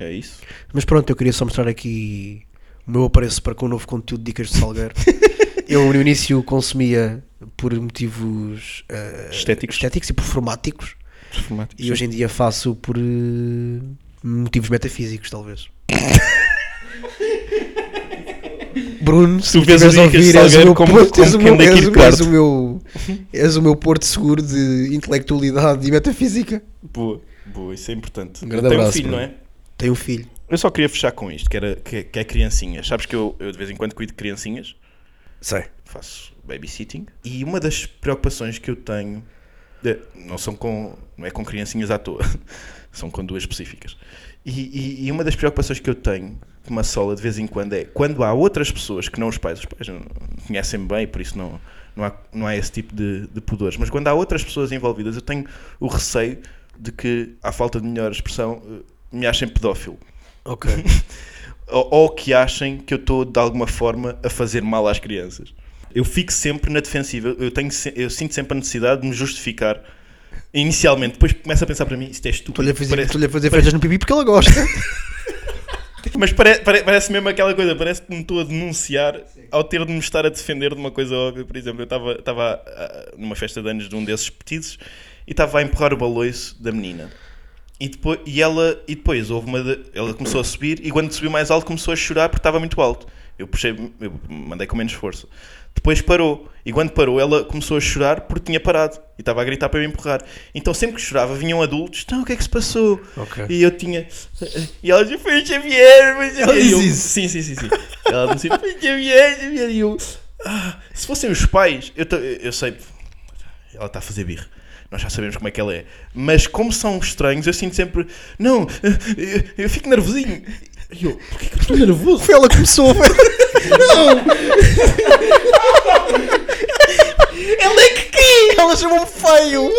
Speaker 3: É isso.
Speaker 4: Mas pronto, eu queria só mostrar aqui o meu apareço para com o novo conteúdo de Dicas de Salgueiro. eu no início consumia por motivos eh,
Speaker 3: Estéticos.
Speaker 4: estéticos e performáticos e hoje em dia faço por eh, motivos metafísicos, talvez. Bruno, se
Speaker 3: Tu
Speaker 4: tu
Speaker 3: vês
Speaker 4: estiveres
Speaker 3: o
Speaker 4: a
Speaker 3: Dicas de
Speaker 4: ouvir, és o
Speaker 3: Salgueiro
Speaker 4: meu
Speaker 3: como-
Speaker 4: porto- és o
Speaker 3: como
Speaker 4: meu-
Speaker 3: quem daqui
Speaker 4: és
Speaker 3: de
Speaker 4: o- és o meu- és o meu porto seguro de intelectualidade e metafísica.
Speaker 3: Boa, boa, isso é importante.
Speaker 4: Um grande
Speaker 3: Eu tenho
Speaker 4: abraço,
Speaker 3: filho, não
Speaker 4: Bruno.
Speaker 3: é?
Speaker 4: Tenho um filho.
Speaker 3: Eu só queria fechar com isto, que, era, que, que é criancinhas. Sabes que eu, eu de vez em quando cuido de criancinhas,
Speaker 4: Sei.
Speaker 3: faço babysitting. E uma das preocupações que eu tenho, eh, não, são com, não é com criancinhas à toa, são com duas específicas. E, e- e uma das preocupações que eu tenho, que me assola de vez em quando, é quando há outras pessoas que não os pais, os pais não não conhecem bem, por isso não, não, há, não há esse tipo de, de pudores, mas quando há outras pessoas envolvidas, eu tenho o receio de que, à falta de melhor expressão, eh, me achem pedófilo
Speaker 4: Ok.
Speaker 3: ou, ou que achem que eu estou de alguma forma a fazer mal às crianças. Eu fico sempre na defensiva, eu, tenho, se- eu sinto sempre a necessidade de me justificar inicialmente, depois começo a pensar para mim, isto é estúpido.
Speaker 4: Estou-lhe a fazer,
Speaker 3: Parece-
Speaker 4: estou-lhe a fazer festas no pipi porque ela gosta.
Speaker 3: mas pare- pare- parece mesmo aquela coisa, parece que me estou a denunciar ao ter de me estar a defender de uma coisa óbvia. Por exemplo, eu estava- estava ah, numa festa de anos de um desses petizes e estava a empurrar o baloiço da menina. E depois, e ela, e depois houve uma. de- ela começou a subir e quando subiu mais alto começou a chorar porque estava muito alto. Eu puxei, eu mandei com menos força. Depois parou. E quando parou, ela começou a chorar porque tinha parado. E estava a gritar para me empurrar. Então sempre que chorava, vinham adultos. Então o que é que se passou?
Speaker 4: Ok.
Speaker 3: E eu tinha. E ela dizia: Foi o Xavier, foi o Xavier.
Speaker 4: Ela
Speaker 3: E eu,
Speaker 4: diz isso?
Speaker 3: Sim, sim, sim. sim. Ela dizia: Foi o Xavier, Xavier. E eu. "Ah, se fossem os pais, eu, ta- eu sei. Ela está a fazer birra. Nós já sabemos como é que ela é. Mas como são estranhos, eu sinto sempre. Não, eu, eu fico nervosinho. E eu, porquê que eu estou nervoso?
Speaker 4: Foi ela que começou, velho. Não! Ela é que quis! Ela chamou-me feio!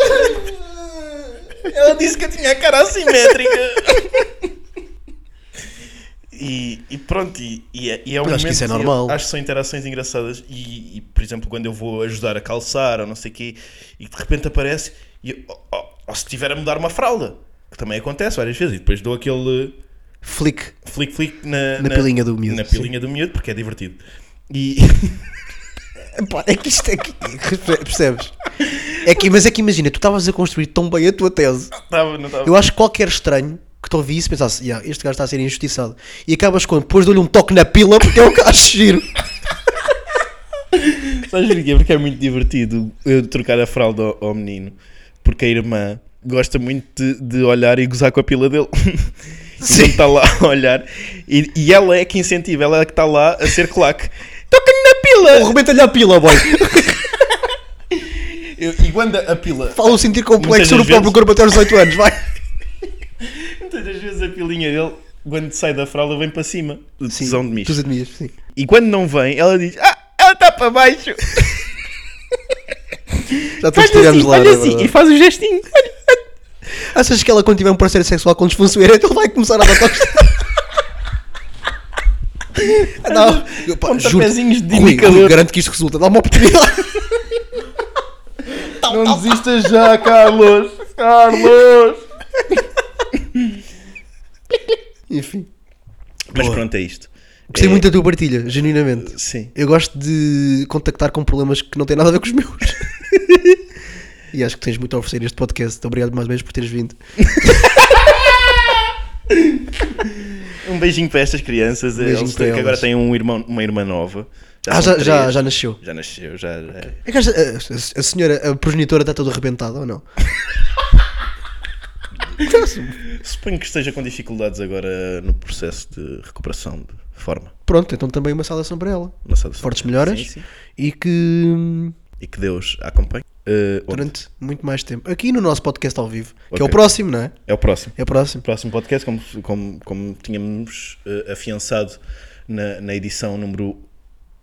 Speaker 3: Ela disse que eu tinha a cara assimétrica. E, e pronto, e, e é, e é um
Speaker 4: Mas acho que
Speaker 3: momento
Speaker 4: isso é
Speaker 3: eu
Speaker 4: normal.
Speaker 3: Acho que são interações engraçadas. E, e, por exemplo, quando eu vou ajudar a calçar ou não sei o quê, e de repente aparece, e, eu- ou, ou- ou se estiver a mudar uma fralda, que também acontece várias vezes, e depois dou aquele
Speaker 4: Flick.
Speaker 3: flick-flick na,
Speaker 4: Na pilinha do miúdo,
Speaker 3: na
Speaker 4: sim.
Speaker 3: pilinha do miúdo, porque é divertido. E
Speaker 4: Pá, é que isto é que. Percebes? É que, mas é que imagina, tu estavas a construir tão bem a tua tese.
Speaker 3: estava, não estava.
Speaker 4: Eu acho que qualquer estranho que te ouvisse pensasse, "Ya, este gajo está a ser injustiçado. E acabas com, depois dou-lhe um toque na pila porque é o gajo giro.
Speaker 3: Sabes porquê? Porque é muito divertido eu trocar a fralda ao, ao menino. Porque a irmã gosta muito de, de olhar e gozar com a pila dele. Sim. está lá a olhar. E, e ela é que incentiva, ela é que está lá a ser claque.
Speaker 4: Então,
Speaker 3: Toca-lhe na
Speaker 4: Ou
Speaker 3: pila!
Speaker 4: rebenta-lhe a pila, boy.
Speaker 3: Eu- e quando a pila.
Speaker 4: Fala o sentir
Speaker 3: Muitas
Speaker 4: complexo no
Speaker 3: das
Speaker 4: próprio
Speaker 3: vezes-
Speaker 4: corpo até aos 18 anos, vai.
Speaker 3: Muitas das vezes a pilinha dele, quando sai da fralda, vem para cima. De tesão de misto.
Speaker 4: Tu admiras, sim.
Speaker 3: E quando não vem, ela diz: Ah, ela está para baixo!
Speaker 4: Já todos
Speaker 3: Faz
Speaker 4: estivemos
Speaker 3: assim,
Speaker 4: lá.
Speaker 3: olha
Speaker 4: não é
Speaker 3: assim, e
Speaker 4: verdade?
Speaker 3: faz o gestinho. Olha.
Speaker 4: Achas que ela quando tiver um parceiro sexual com disfunção erétil ele vai começar a dar toques? Ah, Não, eu, pá, juro,
Speaker 3: Pontapezinhos um de
Speaker 4: Rui, Rui,
Speaker 3: indicador.
Speaker 4: garanto que isto resulta, dá uma oportunidade.
Speaker 3: Não desistas já, Carlos! Carlos!
Speaker 4: Enfim,
Speaker 3: Mas
Speaker 4: Boa.
Speaker 3: pronto, é isto.
Speaker 4: gostei
Speaker 3: É,
Speaker 4: muito da tua partilha, genuinamente.
Speaker 3: Sim.
Speaker 4: Eu gosto de contactar com problemas que não têm nada a ver com os meus. e acho que tens muito a oferecer este podcast. Obrigado mais uma vez por teres vindo.
Speaker 3: Um beijinho para estas crianças. é,
Speaker 4: beijinho
Speaker 3: eles
Speaker 4: para
Speaker 3: têm- que agora
Speaker 4: elas.
Speaker 3: têm um irmão, uma irmã nova.
Speaker 4: ah,
Speaker 3: são
Speaker 4: já, já,
Speaker 3: três.
Speaker 4: já nasceu.
Speaker 3: Já nasceu, já. já.
Speaker 4: É que esta- a, a- a senhora, a progenitora está toda arrebentada ou não?
Speaker 3: Suponho que esteja com dificuldades agora no processo de recuperação de forma.
Speaker 4: Pronto, então também uma saudação para ela.
Speaker 3: Uma saudação.
Speaker 4: Fortes melhoras.
Speaker 3: Sim, sim.
Speaker 4: E que hum,
Speaker 3: E que Deus a acompanhe. Eh, onde?
Speaker 4: durante muito mais tempo, aqui no nosso podcast ao vivo, que é o
Speaker 3: Ok.
Speaker 4: próximo, não é?
Speaker 3: É o próximo.
Speaker 4: É o próximo.
Speaker 3: Próximo podcast, como, como, como tínhamos eh, afiançado na, na edição número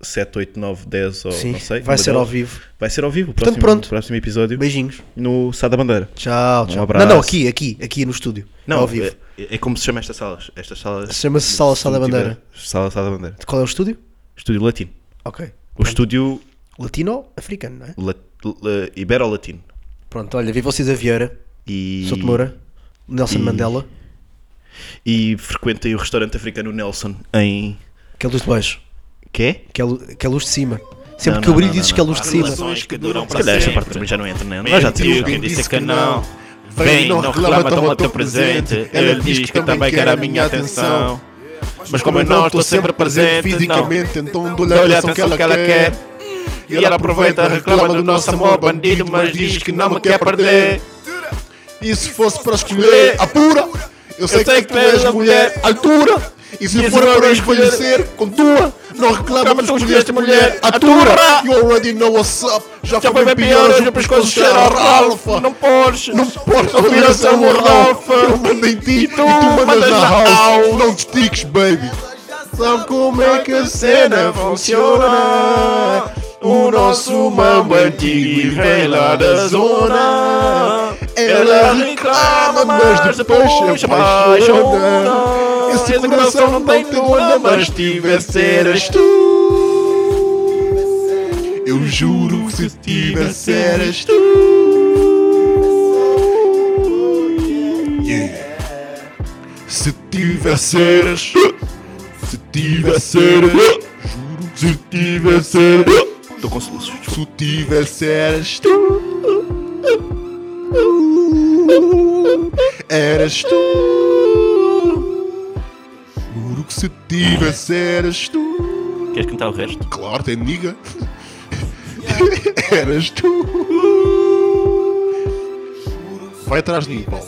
Speaker 3: 7, 8, 9, 10 ou
Speaker 4: Sim,
Speaker 3: Oh, não sei.
Speaker 4: vai
Speaker 3: uma
Speaker 4: ser
Speaker 3: delas.
Speaker 4: ao vivo.
Speaker 3: Vai ser ao vivo. o
Speaker 4: Portanto,
Speaker 3: próximo,
Speaker 4: pronto.
Speaker 3: Próximo episódio
Speaker 4: Beijinhos.
Speaker 3: no Sá da Bandeira.
Speaker 4: Tchau, tchau.
Speaker 3: Um abraço.
Speaker 4: Não, não, aqui, aqui, aqui no estúdio.
Speaker 3: Não,
Speaker 4: ao vivo.
Speaker 3: É, é como se chama esta sala. Esta sala
Speaker 4: Chama-se Sala Sala da Bandeira.
Speaker 3: Sala Sala da Bandeira.
Speaker 4: Qual é o estúdio?
Speaker 3: Estúdio latino.
Speaker 4: Ok.
Speaker 3: O estúdio
Speaker 4: Latino-africano, não é?
Speaker 3: lat, eh, la- ibero-latino.
Speaker 4: Pronto, olha, vi vocês a Vieira,
Speaker 3: E,
Speaker 4: Souto Moura, Nelson
Speaker 3: e-
Speaker 4: Mandela,
Speaker 3: e frequentem o restaurante africano Nelson em.
Speaker 4: que é luz de baixo,
Speaker 3: Que é?
Speaker 4: que é, lu- que é luz de cima. Sempre
Speaker 3: Não,
Speaker 4: que eu
Speaker 3: não,
Speaker 4: brilho
Speaker 3: não,
Speaker 4: dizes
Speaker 3: não,
Speaker 4: que é
Speaker 3: não.
Speaker 4: luz de cima.
Speaker 5: que duram
Speaker 3: Se calhar esta parte também já não entra, né? Nós já temos.
Speaker 5: Mentiu
Speaker 3: já.
Speaker 5: quem disse que não. Vem, não reclama, toma o teu presente. Ele diz que também quer a minha atenção. Mas como eu não estou sempre presente, não.
Speaker 6: fisicamente, então dou-lhe
Speaker 5: Olha
Speaker 6: a
Speaker 5: a
Speaker 6: atenção que ela
Speaker 5: quer.
Speaker 6: quer.
Speaker 5: E ela aproveita, reclama do nosso amor bandido, mas diz que não me quer perder.
Speaker 6: E se fosse para escolher, apura. Eu sei, que, tu és mulher, altura. E se for para escolher, com tua, não reclama, mas escolheste mulher, atura. You already know what's up. Já,
Speaker 5: Já
Speaker 6: foi bem pior, hoje o pescoço cheira a Ralph.
Speaker 5: Não podes,
Speaker 6: Não
Speaker 5: ouvir
Speaker 6: posso ouvir
Speaker 5: a
Speaker 6: essa
Speaker 5: Samu Ralph.
Speaker 6: Ralph. Eu mando em ti e tu mandas na house. Não destiques, baby. Sabe como é que a cena funciona? O nosso mambo antigo e vem lá da zona. Ela reclama, mas depois se apaixona. Esse coração não tem dona, mas tivesse eras tu. Eu juro que se tivesse eras tu. Yeah. Se tivesse eras, se tivesse eras, juro que se tivesse eras,
Speaker 3: Estou com soluções.
Speaker 6: se tivesse eras tu. Eras tu. Juro que se tivesse eras tu.
Speaker 3: Queres cantar o resto?
Speaker 6: Claro, tem niga. Eras tu. Vai atrás de mim, Paulo.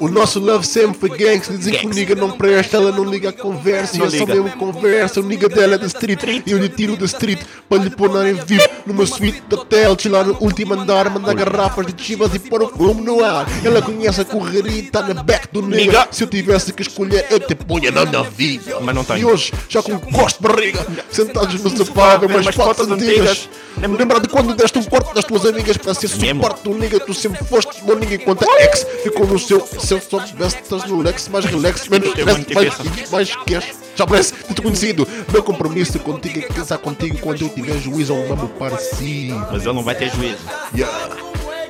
Speaker 6: O nosso love sempre foi gangster. Dizem que o nigga não presta, ela não liga a conversa. E
Speaker 5: Não
Speaker 6: eu só
Speaker 5: liga.
Speaker 6: mesmo conversa. O nigga dela é da street. E eu lhe tiro da street para lhe pôr na em vivo. No meu suíte da Telt, lá no último andar. Mandar garrafas de chivas e pôr o fumo no ar. Ela conhece a correria e tá na back do nigga.
Speaker 5: Nigga.
Speaker 6: Se eu tivesse que escolher, eu te punha na navilha.
Speaker 5: Mas não
Speaker 6: E
Speaker 5: tenho.
Speaker 6: hoje, já com um gosto de barriga, sentados no sofá, vê umas fotos antigas. Lembra de quando deste um corte das tuas amigas para ser
Speaker 5: Mesmo.
Speaker 6: suporte do nigga, tu sempre foste bom nigga enquanto a ex é ficou no seu. Se eu só tivesse, estás no Lex, mais relax, menos
Speaker 5: Tem
Speaker 6: stress,
Speaker 5: muita
Speaker 6: mais
Speaker 5: cabeça.
Speaker 6: filhos, mais cash. Já parece muito conhecido. Meu compromisso contigo é casar contigo quando eu tiver juízo ao mesmo parecido.
Speaker 5: Mas ele não vai ter juízo.
Speaker 6: Yeah.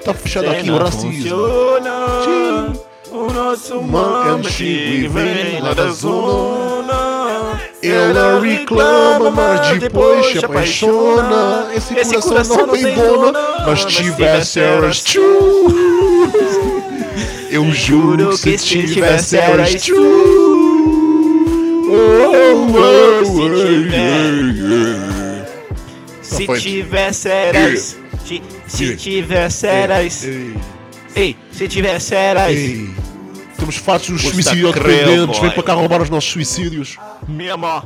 Speaker 6: Tá fechado aqui o
Speaker 5: Não
Speaker 6: racismo.
Speaker 5: funciona. O nosso
Speaker 6: Man, é um
Speaker 5: mama
Speaker 6: chico
Speaker 5: vem lá da zona.
Speaker 6: Ela reclama, mas depois se apaixona. Esse coração não tem dono, mas tivesse eras tu. Eu juro que se tivesse eras tu. Oh, oh, oh, oh, yeah, yeah.
Speaker 5: Se
Speaker 6: Foi.
Speaker 5: tivesse eras. ti- Se tivesse eras.
Speaker 6: Ei,
Speaker 5: Ei, se tivesse eras.
Speaker 6: ei. Temos fatos dos
Speaker 5: Custa
Speaker 6: suicídios
Speaker 5: creu,
Speaker 6: dependentes. Vem
Speaker 5: boy.
Speaker 6: para cá roubar os nossos suicídios.
Speaker 5: Minha mó.